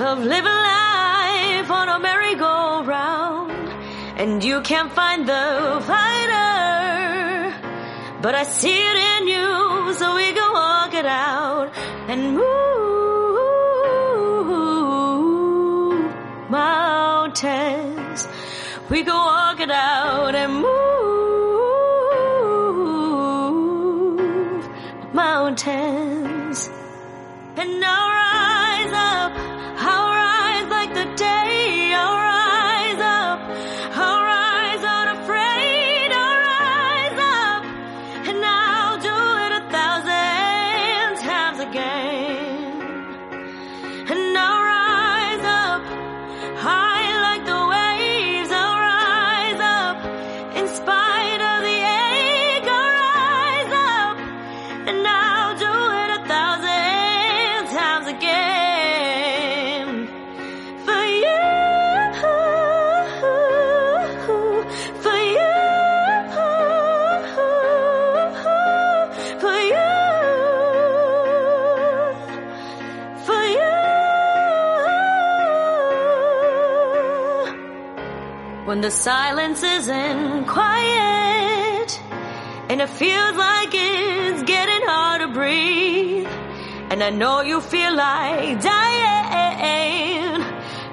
of living life on a merry-go-round, and you can't find the fighter. But I see it in you, so we go walk it out and move mountains. We go walk it out and move mountains. And I'll rise up, I'll rise like the day, I'll rise when the silence isn't quiet and it feels like it's getting hard to breathe. And I know you feel like dying,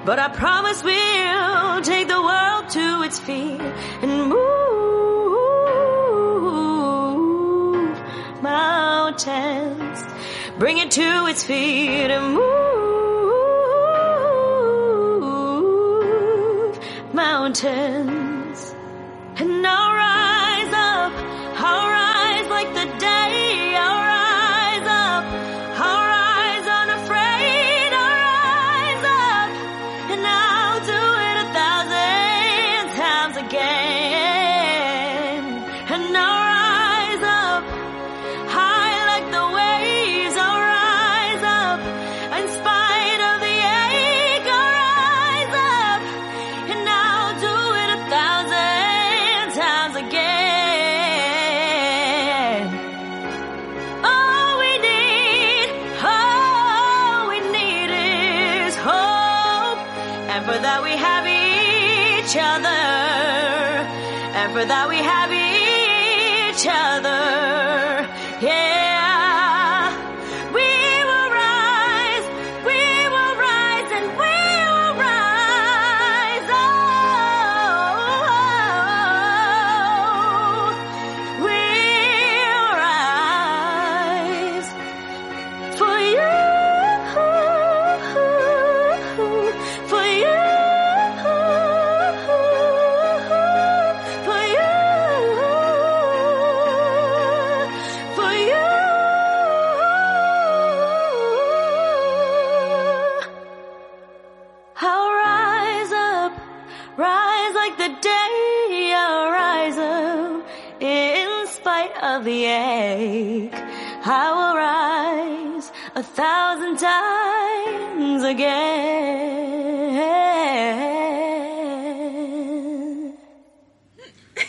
but I promise we'll take the world to its feet and move mountains. Bring it to its feet and move mountains. And I'll rise up, I'll rise like the day, I'll rise up, I'll rise unafraid, I'll rise up, and I'll do it a thousand times again. And I'll rise up, high like the waves, I'll rise up, in spite of the ache, I'll rise up, and I'll do it a thousand times again. All we need, all we need is hope. And for that we have each other. And for that we have each other. Yeah. We will rise, we will rise, and we will rise. Oh, we'll rise for you, for you, for you, for you. I'll rise up, rise like the day, I'll rise up in spite of the ache. I will rise a thousand times again.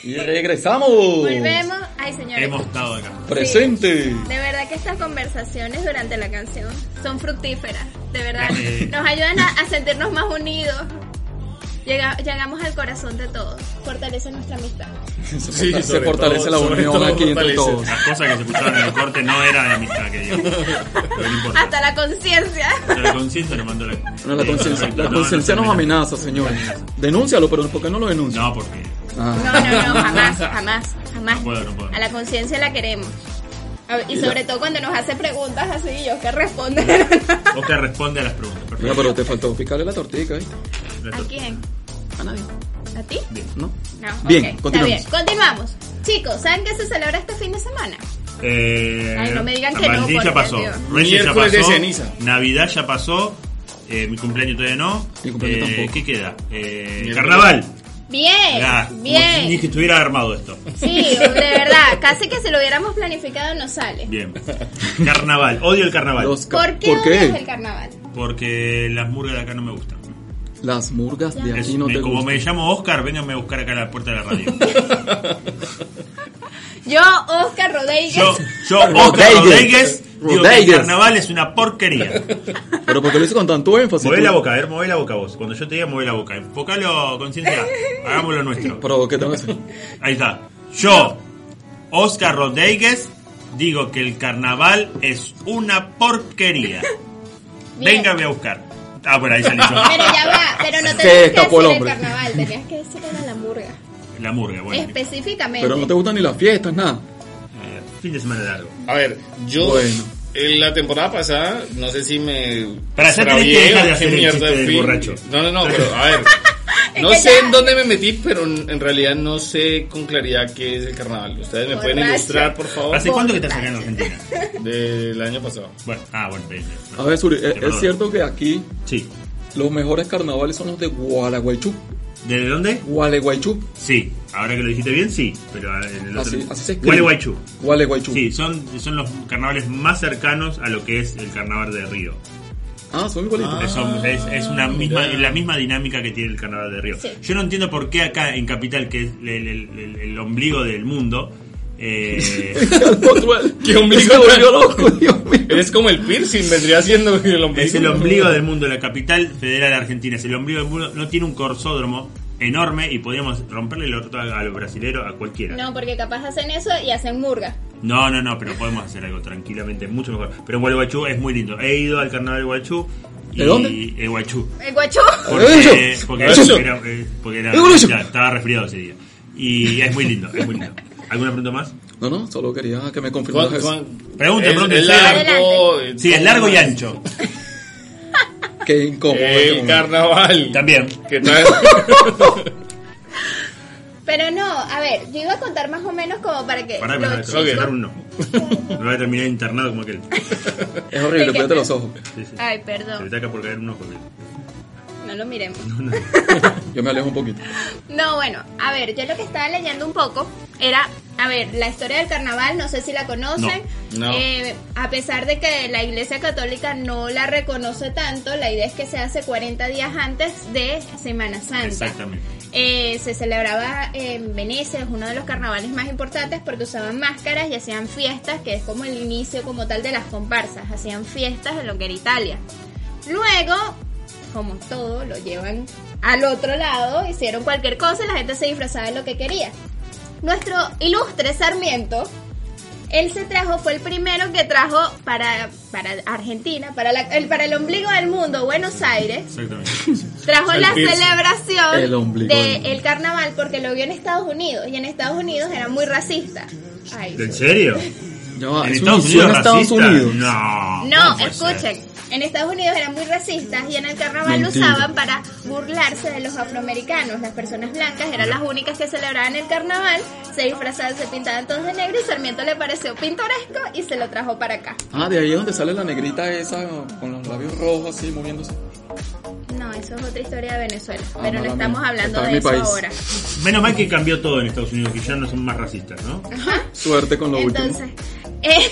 Y regresamos. Volvemos. Ay, señores. Hemos estado acá. Presente. De verdad que estas conversaciones durante la canción son fructíferas. De verdad, Sí. nos ayudan a, a sentirnos más unidos. Llega- llegamos al corazón de todos. Fortalece nuestra amistad. Sí, Se sobre fortalece todo- la sobre unión todo aquí entre fortalece. todos. Las cosas que se escucharon en el corte no eran de amistad, que digamos. Pero no importa. Hasta [laughs] la conciencia. Pero la conciencia nos mandó la. No, la Sí, conciencia, perfecto. [laughs] la No, no conciencia se nos amenaza, señor. Denúncialo, pero ¿por qué no lo denuncia? No, porque. Ah. No, no, no, jamás, jamás, jamás. No puedo, no puedo. A la conciencia la queremos. A- Y sobre todo cuando nos hace preguntas así, yo que respondo. [laughs] O que responde a las preguntas. Mira, Perfecto. pero te faltó picarle la tortica, ¿eh? ¿A quién? A nadie. ¿A ti? ¿No? No. Bien, ok, está continuamos. bien. Continuamos. Chicos, ¿saben qué se celebra este fin de semana? Eh, Ay, no me digan que no, Valentín ya por pasó. Dios. Reyes ya Miércoles de pasó. ceniza. Navidad ya pasó. eh, mi cumpleaños todavía no. Mi cumpleaños Eh, tampoco. ¿Qué queda? Eh, Miércoles. carnaval. Bien, Ya, como si Ni Eh, bien. que estuviera armado esto. Sí, de verdad, casi que si lo hubiéramos planificado no sale. [laughs] Bien. Carnaval. Odio el carnaval. Los ca- ¿Por qué, odias el carnaval? Porque las murgas de acá no me gustan. Las murgas de Es- aquí no me- te como gustan. me llamo Oscar, vénganme a buscar acá a la puerta de la radio. [laughs] Yo, Oscar Rodríguez, Yo, yo Oscar Rodríguez. Rodríguez, digo que el Rodríguez. carnaval es una porquería. Pero porque lo hice con tanto énfasis. Mover tú- la boca, a ver, mover la boca vos. Cuando yo te diga, mover la boca. Enfocalo, conciencia. Hagámoslo nuestro. Pero ¿qué tengo que hacer? [laughs] Ahí está. Yo, Oscar Rodríguez, digo que el carnaval es una porquería. Bien. Véngame a buscar. Ah, bueno, ahí salió. Pero ya va, pero no Se tenías que escapó el decir el hombre. carnaval, tenías que decir era la murga. La murga, Eh. bueno. Específicamente. Pero no te gustan ni las fiestas, nada. Eh, fin de semana largo. A ver, yo Bueno. en la temporada pasada, no sé si me Para hacer tenés que extravié dejar de o hacer qué el mierda, chiste del en fin. borracho. No, no, no, pero a ver. No que sé ya- en dónde me metí, pero en en realidad no sé con claridad qué es el carnaval. ¿Ustedes me pueden Borracho. ilustrar, por favor? ¿Hace cuánto que estás acá en Argentina? Del año pasado. Bueno, ah, bueno, bien, bien. A ver, Suri, e- ¿es, Perdón. es cierto que aquí Sí. los mejores carnavales son los de Gualeguaychú? ¿Desde dónde? Gualeguaychú. Sí. Ahora que lo dijiste bien, sí. Pero eh, en el otro. Así, así se escribe. Gualeguaychú. Gualeguaychú. Sí, son, son los carnavales más cercanos a lo que es el carnaval de Río. Ah, son igualitos. [laughs] Es, es- es una misma, la misma dinámica que tiene el carnaval de Río. Sí. Yo no entiendo por qué acá en Capital, que es el, el- el- el ombligo del [laughs] mundo, eh, [laughs] Qué ombligo Se volvió tan- loco, Dios mío. Es como el piercing, vendría siendo el ombligo. es el ombligo del mundo, la capital federal argentina, es el ombligo del mundo, no tiene un corsódromo, enorme y podíamos romperle el orto a, a los brasileros, a cualquiera. No, porque capaz hacen eso y hacen murga. No, no, no, pero podemos hacer algo tranquilamente, mucho mejor. Pero Gualeguaychú es muy lindo. He ido al carnaval de Gualeguaychú. y- ¿De dónde? eh, Guaychú. El guachú. Porque, Gualeguaychú. porque, Gualeguaychú. era- eh, porque era- Gualeguaychú. ya, estaba resfriado ese día. Y es muy lindo, es muy lindo. ¿Alguna pregunta más? No, no, solo quería que me confirmaras ¿Cuán- eso. cuán- Pregunta, es- pregunta, Es sí. largo. eh, Sí, es largo y ancho. Qué incómodo. Eh, este El momento. carnaval. También. [laughs] ¿Qué tal? Pero no, a ver, yo iba a contar más o menos como para que. Pará, que me los voy a chicos- sacar un no. Me voy a terminar internado como aquel. Es horrible, Es que- cuídate los ojos. Sí, sí. [laughs] Ay, Se me perdón, taca por caer un ojo. aquel. no lo miremos. Yo me alejo un poquito. No, bueno, a ver, yo lo que estaba leyendo un poco era, a ver, la historia del carnaval, no sé si la conocen. No. No. Eh, a pesar de que la Iglesia Católica no la reconoce tanto, la idea es que se hace 40 días antes de Semana Santa. Exactamente. Eh, se celebraba en Venecia, es uno de los carnavales más importantes porque usaban máscaras y hacían fiestas, que es como el inicio como tal de las comparsas, hacían fiestas en lo que era Italia. Luego, como todo, lo llevan al otro lado, hicieron cualquier cosa y la gente se disfrazaba de lo que quería. Nuestro ilustre Sarmiento, él se trajo, fue el primero que trajo para, para Argentina, para, la- el, para el ombligo del mundo, Buenos Aires, Exactamente. trajo El la piercing. El celebración del ombligo del mundo. carnaval porque lo vio en Estados Unidos y en Estados Unidos era muy racista. Ay, ¿En serio? Ya va, ¿En eso Estados inició Unidos en Estados racista? Unidos. No. ¿cómo No, puede ser? escuchen. En Estados Unidos eran muy racistas y en el carnaval lo Mentira. usaban para burlarse de los afroamericanos. Las personas blancas eran las únicas que celebraban el carnaval, se disfrazaban, se pintaban todos de negro y Sarmiento le pareció pintoresco y se lo trajo para acá. Ah, de ahí es donde sale la negrita esa con los labios rojos así moviéndose. No, eso es otra historia de Venezuela, Ah, pero no mala estamos mía. hablando Está en de mi eso país. ahora. Menos mal que cambió todo en Estados Unidos, que ya no son más racistas, ¿no? Suerte con lo Entonces, [laughs] último. eh,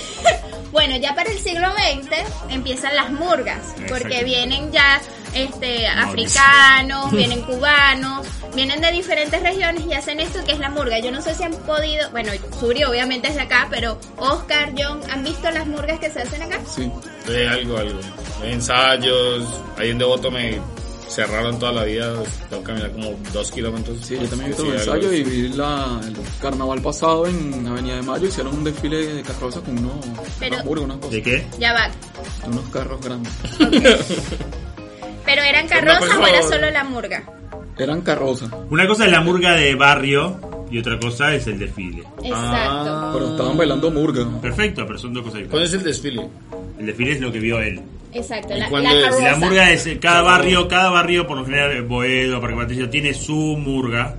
bueno, ya para el siglo XX empiezan las murgas, porque Exacto. vienen ya este, africanos, vienen cubanos, vienen de diferentes regiones y hacen esto que es la murga. Yo no sé si han podido, bueno, Suri obviamente es de acá, pero Oscar, John, ¿han visto las murgas que se hacen acá? Sí. Eh, algo, algo. Ensayos. Ahí en Devoto me cerraron toda la vida. pues, Tengo que caminar como dos kilómetros. Sí, yo también he visto Sí, los algo ensayos así. y vi la, el carnaval pasado en Avenida de Mayo. Hicieron un desfile de carrozas con unos Pero- unas burgas, unas cosas. ¿De qué? Ya va. Unos carros grandes. ¿Pero eran Pero no, por carrozas o era favor. solo la murga? Eran carrozas, Una cosa es la murga de barrio y otra cosa es el desfile. Exacto. pero estaban bailando murga. Perfecto, pero son dos cosas ¿Cuándo diferentes. es el desfile? El desfile es lo que vio él. Exacto, ¿Y la, cuándo la es? carroza. La murga es eh, cada barrio, cada barrio por lo general eh, Boedo, Parque Patricio tiene su murga.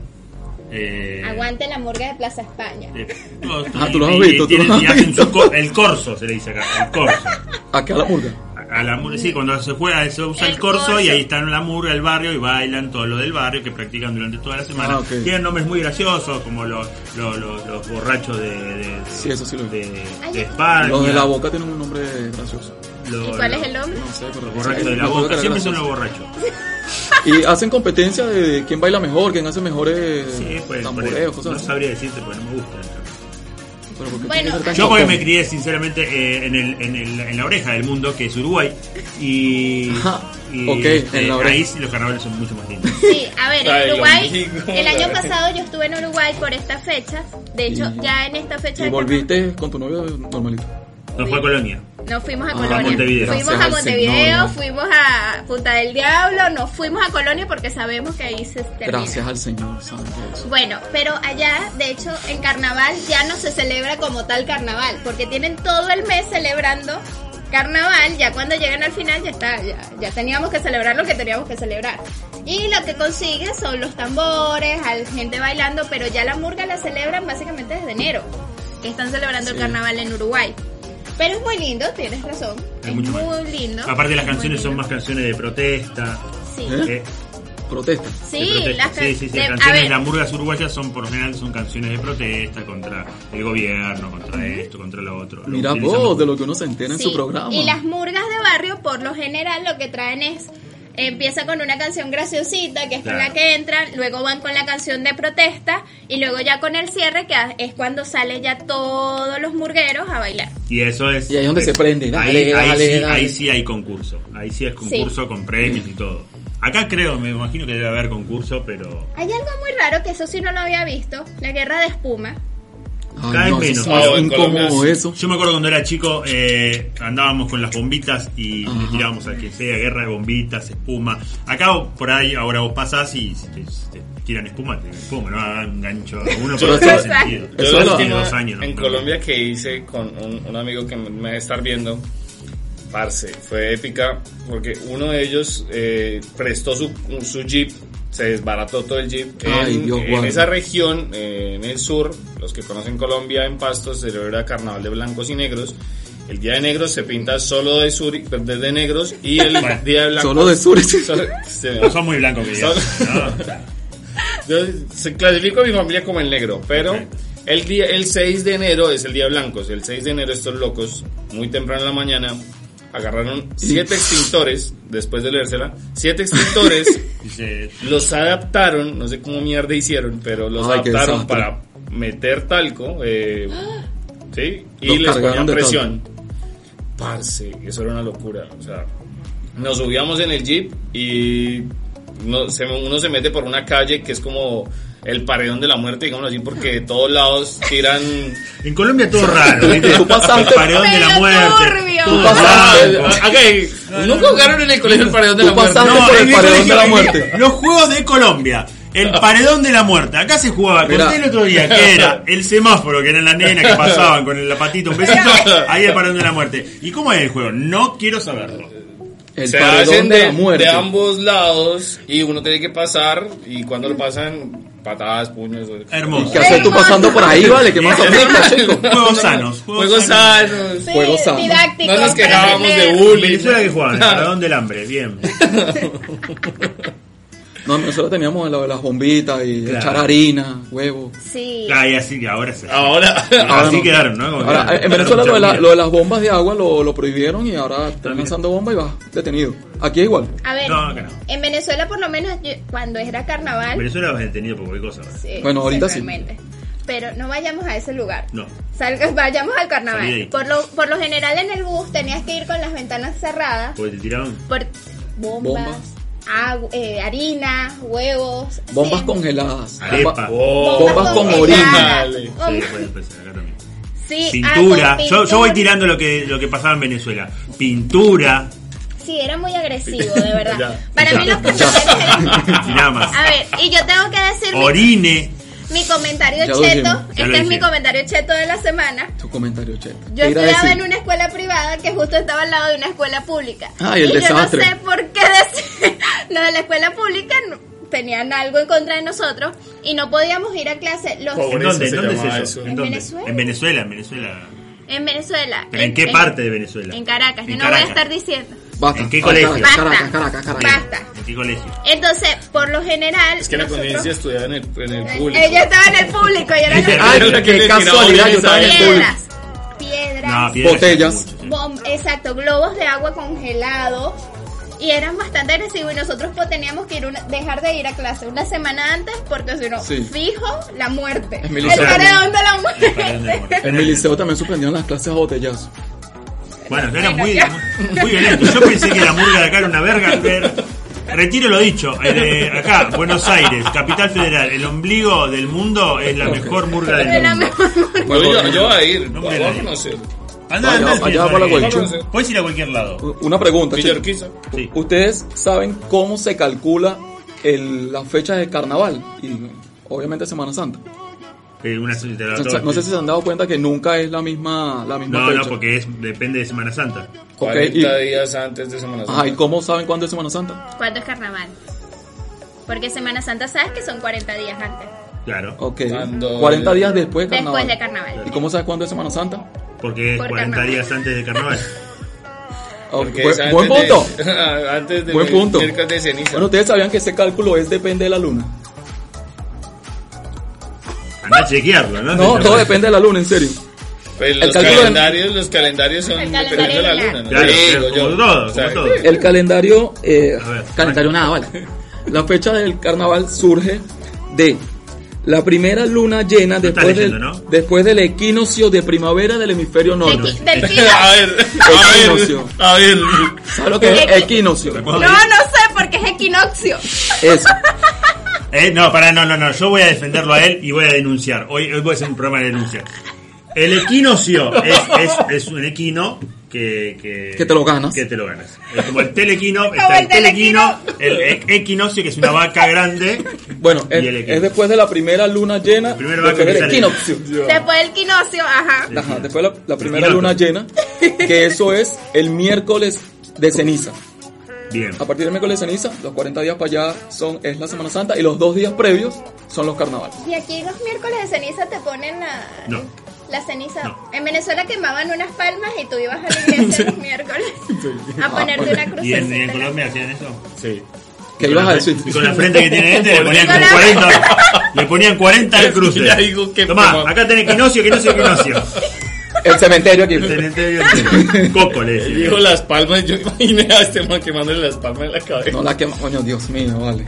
Eh, Aguante la murga de Plaza España. eh, todos- Ah, tú lo has y- visto, y tú lo tienen- has y hacen visto. su co- el corso se le dice acá, el corso. Acá la murga. A la murga, sí, cuando se juega se usa el, El corso, corso. y ahí están la murga, el barrio y bailan todo lo del barrio que practican durante toda la semana. Ah, ok. Tienen nombres muy graciosos como los, los, los- los borrachos de, de, Sí, eso sí lo vi. de, de Ay, España. Los de la boca tienen un nombre gracioso. los- ¿Y cuál es los- el nombre? No sé, pero Los borrachos de la Los boca, era siempre son los gracioso. borrachos. Y hacen competencia de quién baila mejor, quién hace mejores Sí, pues, por tamboreos, eso. cosas no así. sabría decirte porque no me gusta. Pero ¿por qué Bueno, tiene que ser tan Yo porque chocón? me crié sinceramente eh, en, el, en, el, en la oreja del mundo, que es Uruguay, [laughs] y, Ajá, y, ok, este, en la oreja. ahí sí los carnavales son mucho más lindos. Sí, a ver, Ay, en lo Uruguay, mismo. el año pasado yo estuve en Uruguay por estas fechas. De hecho, Y- ya en esta fecha Y de volviste con tu novio normalito. No fue a Colonia. carnaval, nos fuimos a Ah, Colonia. a Montevideo. Fuimos Gracias a al Montevideo, Señor. fuimos a Punta del Diablo, nos fuimos a Colonia porque sabemos que ahí se termina. Gracias al Señor, santo Dios. Bueno, pero allá, de hecho, en carnaval ya no se celebra como tal carnaval, porque tienen todo el mes celebrando carnaval, ya cuando llegan al final ya está, ya, ya teníamos que celebrar lo que teníamos que celebrar. Y lo que consiguen son los tambores, a la gente bailando, pero ya la murga la celebran básicamente desde enero, que están celebrando el carnaval en Uruguay. Pero es muy lindo, tienes razón, es, mucho muy más. lindo. Aparte las es muy canciones son lindo. más canciones de protesta. Sí. ¿Eh? eh, Protesta. de Sí, protesta. las sí, sí, sí, de- las a canciones de ver. las murgas uruguayas son por lo general son canciones de protesta contra el gobierno, contra esto, contra lo otro. Lo Mira utilizan vos, mucho. de lo que uno se entera en Sí, su programa. Y las murgas de barrio, por lo general, lo que traen es. Empieza con una canción graciosita, que es con Claro. la que entran, luego van con la canción de protesta, y luego ya con el cierre, que a- es cuando sale ya todos los murgueros a bailar. Y eso es. Y ahí es donde se prende, dale, ahí, ahí dale, sí, dale. ahí sí hay concurso. Ahí sí es concurso con premios y todo. Acá creo, me imagino que debe haber concurso, pero Hay algo muy raro que eso sí no lo había visto, la guerra de espuma. Ay, Cae no, menos. es más Ah, en incómodo Colombia eso. Yo me acuerdo cuando era chico, eh, andábamos con las bombitas y le Ajá. tirábamos a que sea guerra de bombitas, espuma. Acá o- por ahí, ahora vos pasás y si te, si te tiran espuma, te espuma, no hagan un gancho a uno Yo por eso- sentido. eso Yo es la lo- Tiene última dos años, en ¿no? Colombia que hice con un, un amigo que me, me va a estar viendo, parce, fue épica porque uno de ellos eh, prestó su, su jeep, se desbarató todo el jeep. Ay, en, Dios en guarde. esa región, eh, en el sur, los que conocen Colombia, en Pasto se celebra Carnaval de Blancos y Negros. El Día de Negros se pinta solo de sur, de negros y el Bueno, Día de Blancos... Solo de sur. [laughs] solo- se me va. No son muy blancos que digamos, ¿no? Yo se clasifico a mi familia como el negro, pero Ok. el día el 6 de enero es el día de blancos. El 6 de enero estos locos, muy temprano en la mañana, agarraron siete extintores, después de leérsela, siete extintores, Dice, los adaptaron, no sé cómo mierda hicieron, pero los Ay, qué adaptaron desastre. para meter talco, [gasps] eh, ¿sí? Y Los les cargaron ponían de presión. Parce, eso era una locura, o sea, nos subíamos en el jeep y no- se- uno se mete por una calle que es como el paredón de la muerte, digamos así, porque de todos lados tiran... En Colombia todo [laughs] raro, ¿viste? Tú pasaste- El paredón de la Pero muerte. turbio. Todo Tú blanco. Ah, ok, no jugaron en el colegio el paredón de Tú la muerte. pasaste No, por el en mi paredón colegio, de la en mi- muerte. Ah. Los juegos de Colombia. El paredón de la muerte. Acá se jugaba, Mirá. conté el otro día, que era el semáforo, que eran la nena que pasaban con el lapatito, un besito. Ahí el paredón de la muerte. ¿Y cómo es el juego? No quiero saberlo. El se paredón hacen de de, la muerte. de ambos lados y uno tiene que pasar y cuando lo pasan, patadas, puños. o- Hermoso. ¿Qué haces tú pasando por ahí, vale? [laughs] ¿Qué más Es aplica, normal. chico? Juegos sanos. Juegos sanos. Sí, Juegos sanos. didácticos. No nos para quejábamos de aprender. En bullying. Venezuela que jugaban, el Claro. paredón del [laughs] hambre, bien. No, nosotros teníamos lo de las bombitas y Claro. echar harina, huevo. Sí. Ah, y así que ahora se. Ahora, Ahora así no. quedaron, ¿no? Como Ahora, que- en Venezuela lo de, la- Mucha lo de las bombas de agua lo, lo prohibieron y ahora Ah, están mira. lanzando bombas y vas detenido. Aquí es igual. A ver, No, acá no. en Venezuela por lo menos yo- cuando era carnaval, Venezuela vas detenido por cualquier cosa. ¿verdad? Sí, Bueno, ahorita sí. realmente. Pero no vayamos a ese lugar. No. Salga- [laughs] vayamos Salí al de ahí. carnaval. Por lo, por lo general en el bus tenías que ir con las ventanas cerradas Porque te tiraban. por bombas, Bombas. agu- eh, harina, huevos. Bombas sí, congeladas. Arepa. Bomba- Oh, Bombas con congeladas, orina. con- Sí, puede empezar, acá también. sí, Cintura. algo, Yo, yo voy pintura. tirando lo que, lo que pasaba en Venezuela. Pintura. Sí, era muy agresivo, de verdad. Ya. [laughs] Para Ya. mí los carnavales Y nada eran... más. [laughs] A ver, y yo tengo que decir mi- Orine. mi, comentario Ya lo dijimos, cheto. ya lo Este es mi dijimos. comentario cheto de la semana. Tu comentario, Che. Yo ¿Qué irá a estudiaba decir? en una escuela privada que justo estaba al lado de una escuela pública. Ay, Ah, el y desastre. yo no sé por qué [laughs] decir- los de la escuela pública no- tenían algo en contra de nosotros y no podíamos ir a clase los ¿En Pobre. dónde? ¿En se dónde llamaba es eso? eso. ¿En ¿En dónde? Venezuela? En Venezuela, en Venezuela. en Venezuela. ¿Pero en qué parte de Venezuela? En Caracas. Yo En no voy a estar diciendo. Basta. ¿En qué Basta, colegio? Caracas, Basta. Caracas, Caracas, Bien. Caracas. Basta. ¿En qué colegio? Entonces, por lo general. [laughs] Es que la nosotros- conciencia [laughs] estudiaba en el, en el público. Ella estaba en el público y [laughs] era la Ay, Era que qué le tiraba casualidad, yo estaba en el orines a él. piedras. Piedras. No, piedras Botellas. es mucho, Bom- exacto, globos de agua congelados y eran bastante agresivos y nosotros pues, teníamos que ir una- dejar de ir a clase una semana antes porque si no, Sí. fijo, la muerte. Es mi El liceo paredón de la sí. El paredón de la [laughs] muerte. muerte. En mi liceo también suspendieron las clases a botellazos. Bueno, era Bueno, muy, ya. muy violento. Yo pensé que la murga de acá era una verga. pero Retiro lo dicho. Eh, de acá, Buenos Aires, capital federal, el ombligo del mundo es la mejor murga De del la mundo. mejor muerte. Yo, yo, yo voy a ir, No no me me la vamos a digo. conocer. Andá, Allá- andá al allá Pinzo, para eh. Guaychú. Podés ir a cualquier lado. U- Una pregunta, Che. Villorquiza. Sí. ¿Ustedes saben cómo se calcula el- la fecha de carnaval? Y obviamente Semana Santa. Eh, una sola- te la- O sea, todo- No sé si se han dado cuenta que nunca es la misma, la misma No, fecha. no, porque es, depende de Semana Santa. Ok, 40 y, días antes de Semana Santa. ajá, ¿y cómo saben cuándo es Semana Santa? ¿Cuándo es carnaval? Porque Semana Santa sabes que son 40 días antes, Claro. Ok. Cuando- 40 días después de carnaval. después de carnaval. ¿Y cómo sabes cuándo es Semana Santa? Porque es Por 40 carnaval. días antes de carnaval. Ok, Porque Ah, buen- es antes buen de- punto. antes de [laughs] Buen punto. miércoles de ceniza. Bueno, ustedes sabían que ese cálculo es depende de la luna. Andá a chequearlo, Ah, ¿no? No, Te- todo depende de la luna, en serio. Pues El los cálculo de- calendarios, los calendarios son El calendario dependiendo de la lunar. luna, ¿no? Claro, Sí, claro, digo como yo. todo, O sea, como todo. El calendario, eh, A ver. calendario nada, vale. La fecha del carnaval surge de la primera luna llena estás después, del, leyendo, ¿no? después del equinoccio de primavera del hemisferio Del, norte. qui- [laughs] del quino. [laughs] A ver, [laughs] a ver, Equinoccio. a ver. ¿Sabes lo que es equinoccio? No, no sé por porque es equinoccio. Eso. Eh, no, pará, no, no, no. Yo voy a defenderlo a él y voy a denunciar. Hoy, hoy voy a hacer un programa de denuncia. El equinoccio es, es, es un equino que, que. Que te lo ganas. Que te lo ganas. Es como el telequino, Como está el el telequino, el e- equinoccio, que es una vaca grande. Bueno, es, Y el equinoccio. es después de la primera luna llena, primero después va a del comenzar el- equinoccio. Después del quinoccio, ajá. Ajá, después la, la primera Equinoccio. luna llena, que eso es el miércoles de ceniza. Bien. A partir del miércoles de ceniza, los 40 días para allá son, es la Semana Santa y los dos días previos son los carnavales. Y aquí los miércoles de ceniza te ponen la, No. la ceniza. No. En Venezuela quemaban unas palmas y tú ibas a [laughs] la iglesia los miércoles a ponerte una ¿Y en, y en crucecita. Colombia hacían eso? Sí. ¿Qué Y ibas con a la fre- decir? Y con la frente que tiene este le ponían Con la- como 40. Le ponían 40 al cruce. Ya digo que- Tomá, acá tenés equinoccio, equinoccio, equinoccio. [laughs] El cementerio aquí. Tenente Coco le Él decía. dijo las palmas, yo imaginé a este man quemándole las palmas en la cabeza. [laughs] No la quema, coño, Dios mío, vale.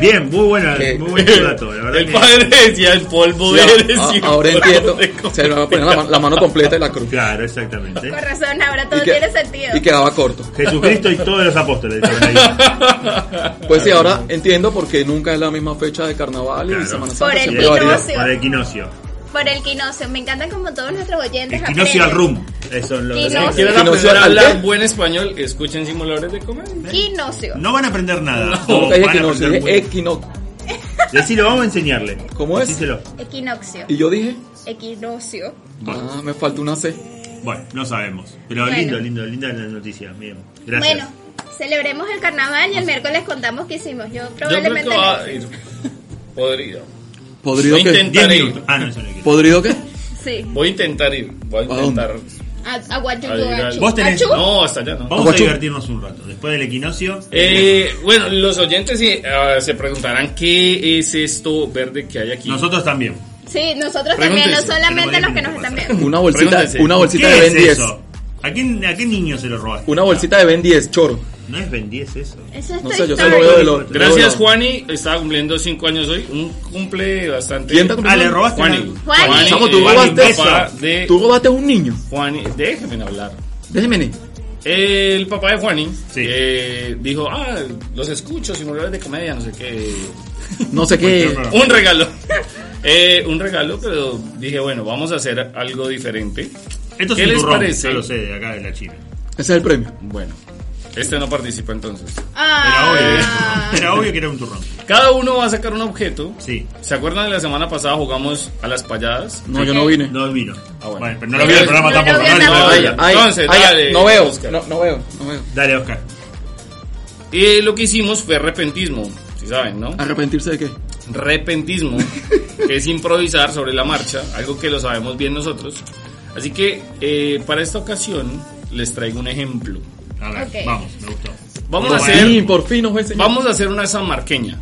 Bien, muy buena, Eh, muy buen dato, la verdad. el que- padre decía el polvo Sí, de a- eres a- y un [laughs] ahora polvo entiendo. de Se me va a poner la, man- la mano completa y la cruz. Claro, exactamente. Con razón, ahora todo Y que- tiene sentido. Y quedaba corto. Jesucristo y todos los apóstoles. estaban ahí. Pues sí, ahora entiendo por qué nunca es la misma fecha de carnaval y Claro. Semana Santa. Por el siempre varía. equinoccio. Para el equinoccio. Por el quinoccio, me encanta como todos nuestros oyentes. Equinoccio al aprenden. rum. Eso es lo que- Equinoccio. ¿Quieren Que no aprender sea a al hablar qué? buen español? Escuchen simuladores de comedia. Quinoccio. No van a aprender nada. No, o nunca dije van a equinoccio, dije aprender muy- equinoccio. Decilo, vamos a enseñarle. ¿Cómo es? Decíselo. Equinoccio. Y yo dije, Equinoccio. Bueno, ah, me falta una C. bueno, no sabemos. Pero Bueno. lindo, lindo, linda la noticia. Bien. Gracias. Bueno, celebremos el carnaval y el miércoles contamos qué hicimos. Yo Yo creo probablemente. que va a ir podrido. ¿Podrido Yo qué? 10 intenté. minutos. Ah, no, eso no quiero. ¿Podrido [laughs] qué? Sí. Voy a intentar ir. Voy a ¿A dónde? intentar. A, a what you A do, ir al- achú. Vos tenés- Achú. No, hasta allá no. Vamos a Aguachú. divertirnos un rato. Después del equinoccio. Eh, bueno, los oyentes sí, ah, se preguntarán qué es esto verde que hay aquí. Nosotros también. Sí, nosotros también, no Pregúntense, solamente tenemos diez los que nos minutos están para viendo. Una bolsita, Pregúntense. una bolsita de ¿Qué es Ben 10. eso? ¿A quién, ¿A qué niño se lo robaste? Una bolsita de Ben 10, choro. No es Ben 10 eso. Eso es No Toy sé, yo se Story. lo veo de los. Gracias, Juani. Estaba cumpliendo 5 años hoy. Un cumple bastante. ¿Quién está cumpliendo? Ah, le robaste Juani. una- Juani. Chamo, tú robaste el papá eso. De Tú robaste a un niño. Juani. Déjenme hablar. Déjeme. ni. El papá de Juani Sí. eh, dijo: Ah, los escucho, simuladores de comedia, no sé qué. No sé qué. Bueno, Un regalo. [laughs] Eh, un regalo, pero dije, bueno, vamos a hacer algo diferente. Esto ¿Qué es un les turrón, parece? ya lo sé, de acá de la China. Ese es el premio. Bueno, este no participa entonces. Era obvio, que era un Ah, turrón. Era obvio que era un turrón. Cada uno va a sacar un objeto. Sí. ¿Se acuerdan de la semana pasada jugamos a las payadas? No, yo no vine. No vino. Ah, bueno. Bueno, pero no lo vio el programa No lo tampoco. vio ¿no? tampoco. Ay, ya. ay, Entonces, ay, dale, no veo. Oscar. No, no veo. No veo. Dale, Oscar. Y lo que hicimos fue repentismo, si saben, ¿no? Ah. ¿Arrepentirse de qué? [laughs] repentismo, que es improvisar sobre la marcha, algo que lo sabemos bien nosotros. Así que eh, para esta ocasión les traigo un ejemplo. A ver, Ok. vamos, me gustó. Vamos a Bueno, hacer- Sí, por fin nos ve el señor. Vamos a hacer una samarqueña.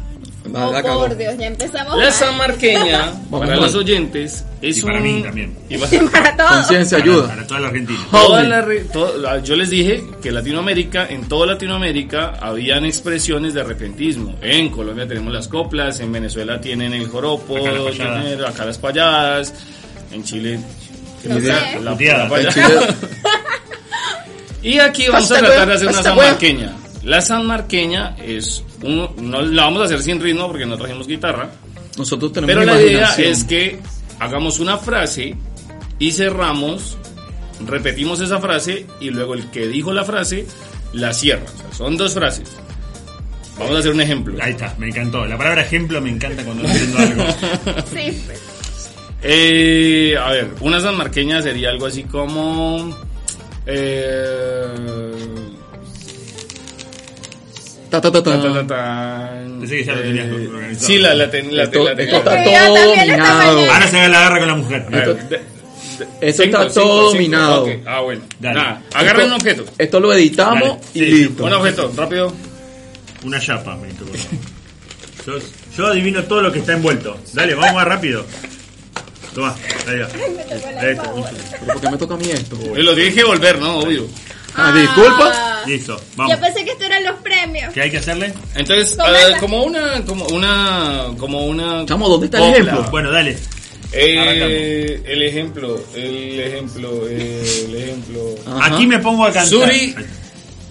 La, oh, la cagó. por Dios, ya empezamos. La [laughs] mal. samarqueña, para mal. los oyentes, es Y para un- mí también. y para- Para todos. Conciencia, Para- ayuda. Para toda la Argentina. toda la re- to- la- yo les dije que Latinoamérica, en toda Latinoamérica, habían expresiones de arrepentismo. En Colombia tenemos las coplas, en Venezuela tienen el joropo, Acá las payadas. tienen acá las payadas, en Chile... No la- sé. la- la Puteadas. payada. En Chile- [laughs] Y aquí vamos a Hasta tratar huevo, de hacer una hasta huevo. sanmarqueña. La sanmarqueña es un, no la vamos a hacer sin ritmo porque no trajimos guitarra, Nosotros tenemos pero la idea imaginación. es que hagamos una frase y cerramos, repetimos esa frase y luego el que dijo la frase la cierra. O sea, son dos frases. Vamos a hacer un ejemplo. Ahí está, me encantó. La palabra ejemplo me encanta cuando entiendo algo. Sí, pues. Eh, a ver, una sanmarqueña sería algo así como eh, Ta, ta, ta, ta. Ta, ta, ta, tan. Pensé que ya lo tenías Eh, organizado. Sí, la, la, ten- la, Esto, ten- la esto tenía. está Yo todo también esta dominado. mañana. Ahora se haga la guerra con la mujer. A ver, esto- de- de- Eso cinco, está cinco, todo cinco, dominado. ok. Ah, bueno. Dale. Nada, agarren un Esto- objeto. Esto lo editamos Dale, y sí, listo. Un objeto, rápido. Una chapa, me tocó. Yo, yo adivino todo lo que está envuelto. Dale, vamos más rápido. Toma, ahí va. Ahí está, un chupito. ¿Pero por qué me toca a mí esto? Y lo tienes que volver, ¿no? Obvio. Ah, disculpa. Ah, Listo, vamos. Yo pensé que esto eran los premios. ¿Qué hay que hacerle? Entonces, Toma ah, la- como una, como una, como una. Chamo, ¿dónde está el copla. ejemplo? Bueno, dale. Eh, el ejemplo, el ejemplo, eh, el ejemplo. Ah. Ajá. Aquí me pongo a cantar. Suri,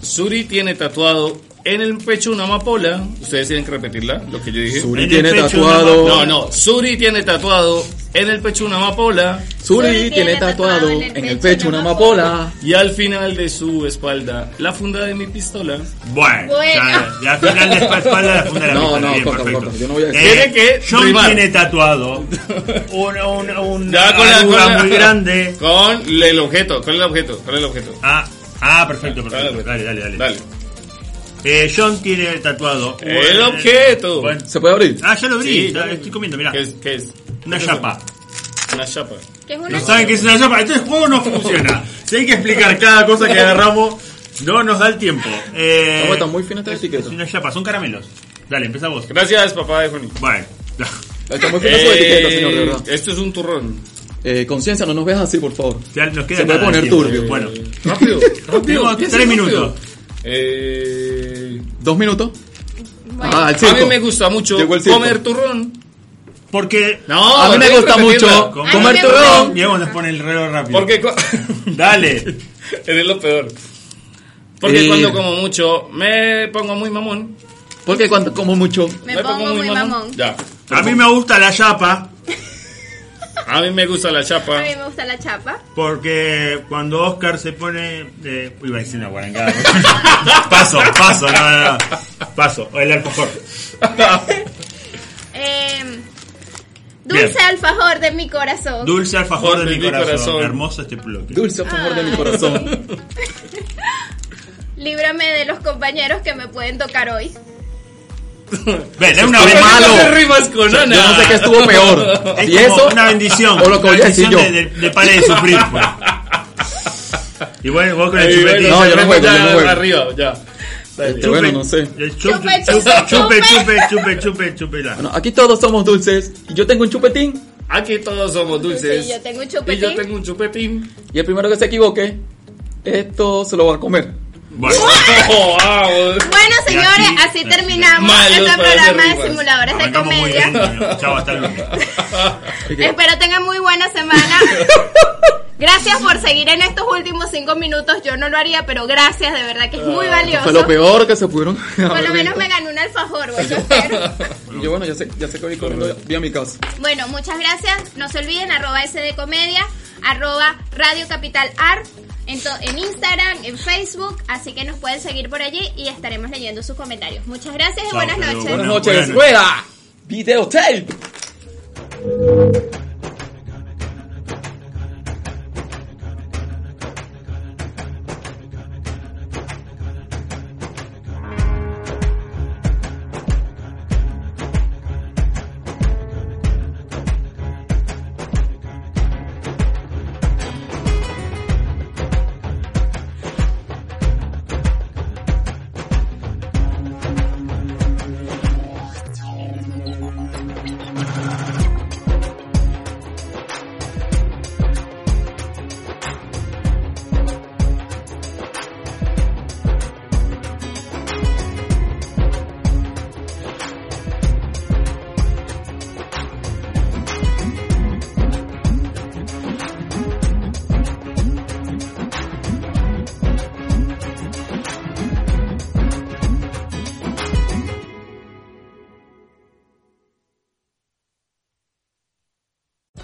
Suri tiene tatuado en el pecho una amapola. Ustedes tienen que repetirla, lo que yo dije. Suri En el tiene pecho tatuado. una No, no. Suri tiene tatuado en el pecho una amapola. Suri tiene tatuado en el pecho una amapola. Y al final de su espalda, la funda de mi pistola. Bueno, Bueno. ya, ya al final de esta espalda la funda de la No, pistola, no, bien, corta, perfecto. Eh, corta, yo no voy a decir. Tiene que John rimar. tiene tatuado una, una, una Ya, con la- con arruga la- muy grande. [laughs] Con el objeto, con el objeto, con el objeto. Ah, ah, perfecto, Con el perfecto. objeto. Dale, dale, dale. Dale. Eh, John tiene tatuado. un- El objeto. Bueno. ¿Se puede abrir? Ah, ya lo abrí, Sí, ya dale. estoy comiendo, mirá. ¿Qué es? ¿Qué es? Una chapa. Una chapa. Que es una No saben qué es una chapa. Este juego no funciona. Si hay que explicar cada cosa que agarramos, no nos da el tiempo. Eh, Está muy este fina esta es etiqueta. una chapa, son caramelos. Dale, empieza vos. Gracias, papá de Joni. Bueno. [laughs] Está muy fina su etiqueta, Eh, señor, de verdad. esto es un turrón. Eh, conciencia, no nos veas así, por favor. Ya nos queda Se puede nada de poner tiempo. turbio. Bueno. Rápido, rápido. Tenemos empieza tres rápido. minutos. Eh, Dos minutos. Bueno. Ah, el a mí circo. me gusta mucho Llegó el circo. comer turrón. Porque. No, a mí me tengo que gusta repetirla. mucho Ay, comer me turrón. gusta. Diego nos pone el reloj rápido. Porque cu- [laughs] Dale. eres lo peor. Porque Eh. cuando como mucho me pongo muy mamón. Porque cuando como mucho. Me pongo muy mamón. Ya. A mí me gusta la chapa. A mí me gusta la A chapa. mí me gusta la chapa. Porque cuando Oscar se pone. Eh, uy, iba a decir una guarangada. [laughs] paso, paso, no, no, no. Paso, o el alfajor. Eh, dulce Bien. alfajor de mi corazón. Dulce alfajor de, mi corazón. corazón. Hermoso este bloque. Dulce favor de mi [laughs] corazón. Líbrame de los compañeros que me pueden tocar hoy. Ven, es una Qué vez malo. No rimas con Yo Ana. no sé qué estuvo peor. Es Si como eso. una bendición. O lo que una voy a decir bendición yo. de, de, de pare de sufrir. pues. Y bueno, vos con el Ey, chupete. bueno, No, yo no juego, ya yo no juego. arriba, ya. Este, bueno, no sé. El eh, chup- Chupe, chup- chupe, chupe, chupe, chupe, chupe, chupe, la. Bueno, aquí todos somos dulces. Y yo tengo un chupetín. Aquí todos somos dulces. Sí, yo tengo un Y yo chupetín. tengo un chupetín. Y el primero que se equivoque, esto se lo va a comer. Bueno, [laughs] Oh, wow. Bueno, Y señores, así, así, eh, terminamos malos este para hacer programa de rimas. simuladores de arrancamos muy comedia. bien. coño. Chao, hasta el lunes. Así que, Espero tengan muy buena semana. [laughs] Gracias por seguir en estos últimos cinco minutos. Yo no lo haría, pero gracias, de verdad que es muy valioso. Ah, Fue lo peor que se pudieron. [laughs] Por lo haber menos visto. me gané un alfajor, bueno, [laughs] espero. Y yo, bueno, ya sé, ya sé que voy corriendo ya- ya a mi casa. Bueno, muchas gracias. No se olviden, arroba SD Comedia, arroba Radio Capital Art, en, to- en Instagram, en Facebook. Así que nos pueden seguir por allí y estaremos leyendo sus comentarios. Muchas gracias y Chao, buenas hasta luego. noches. Buenas Buenas No, noches. buenas. ¡Fuera! ¡Videotape!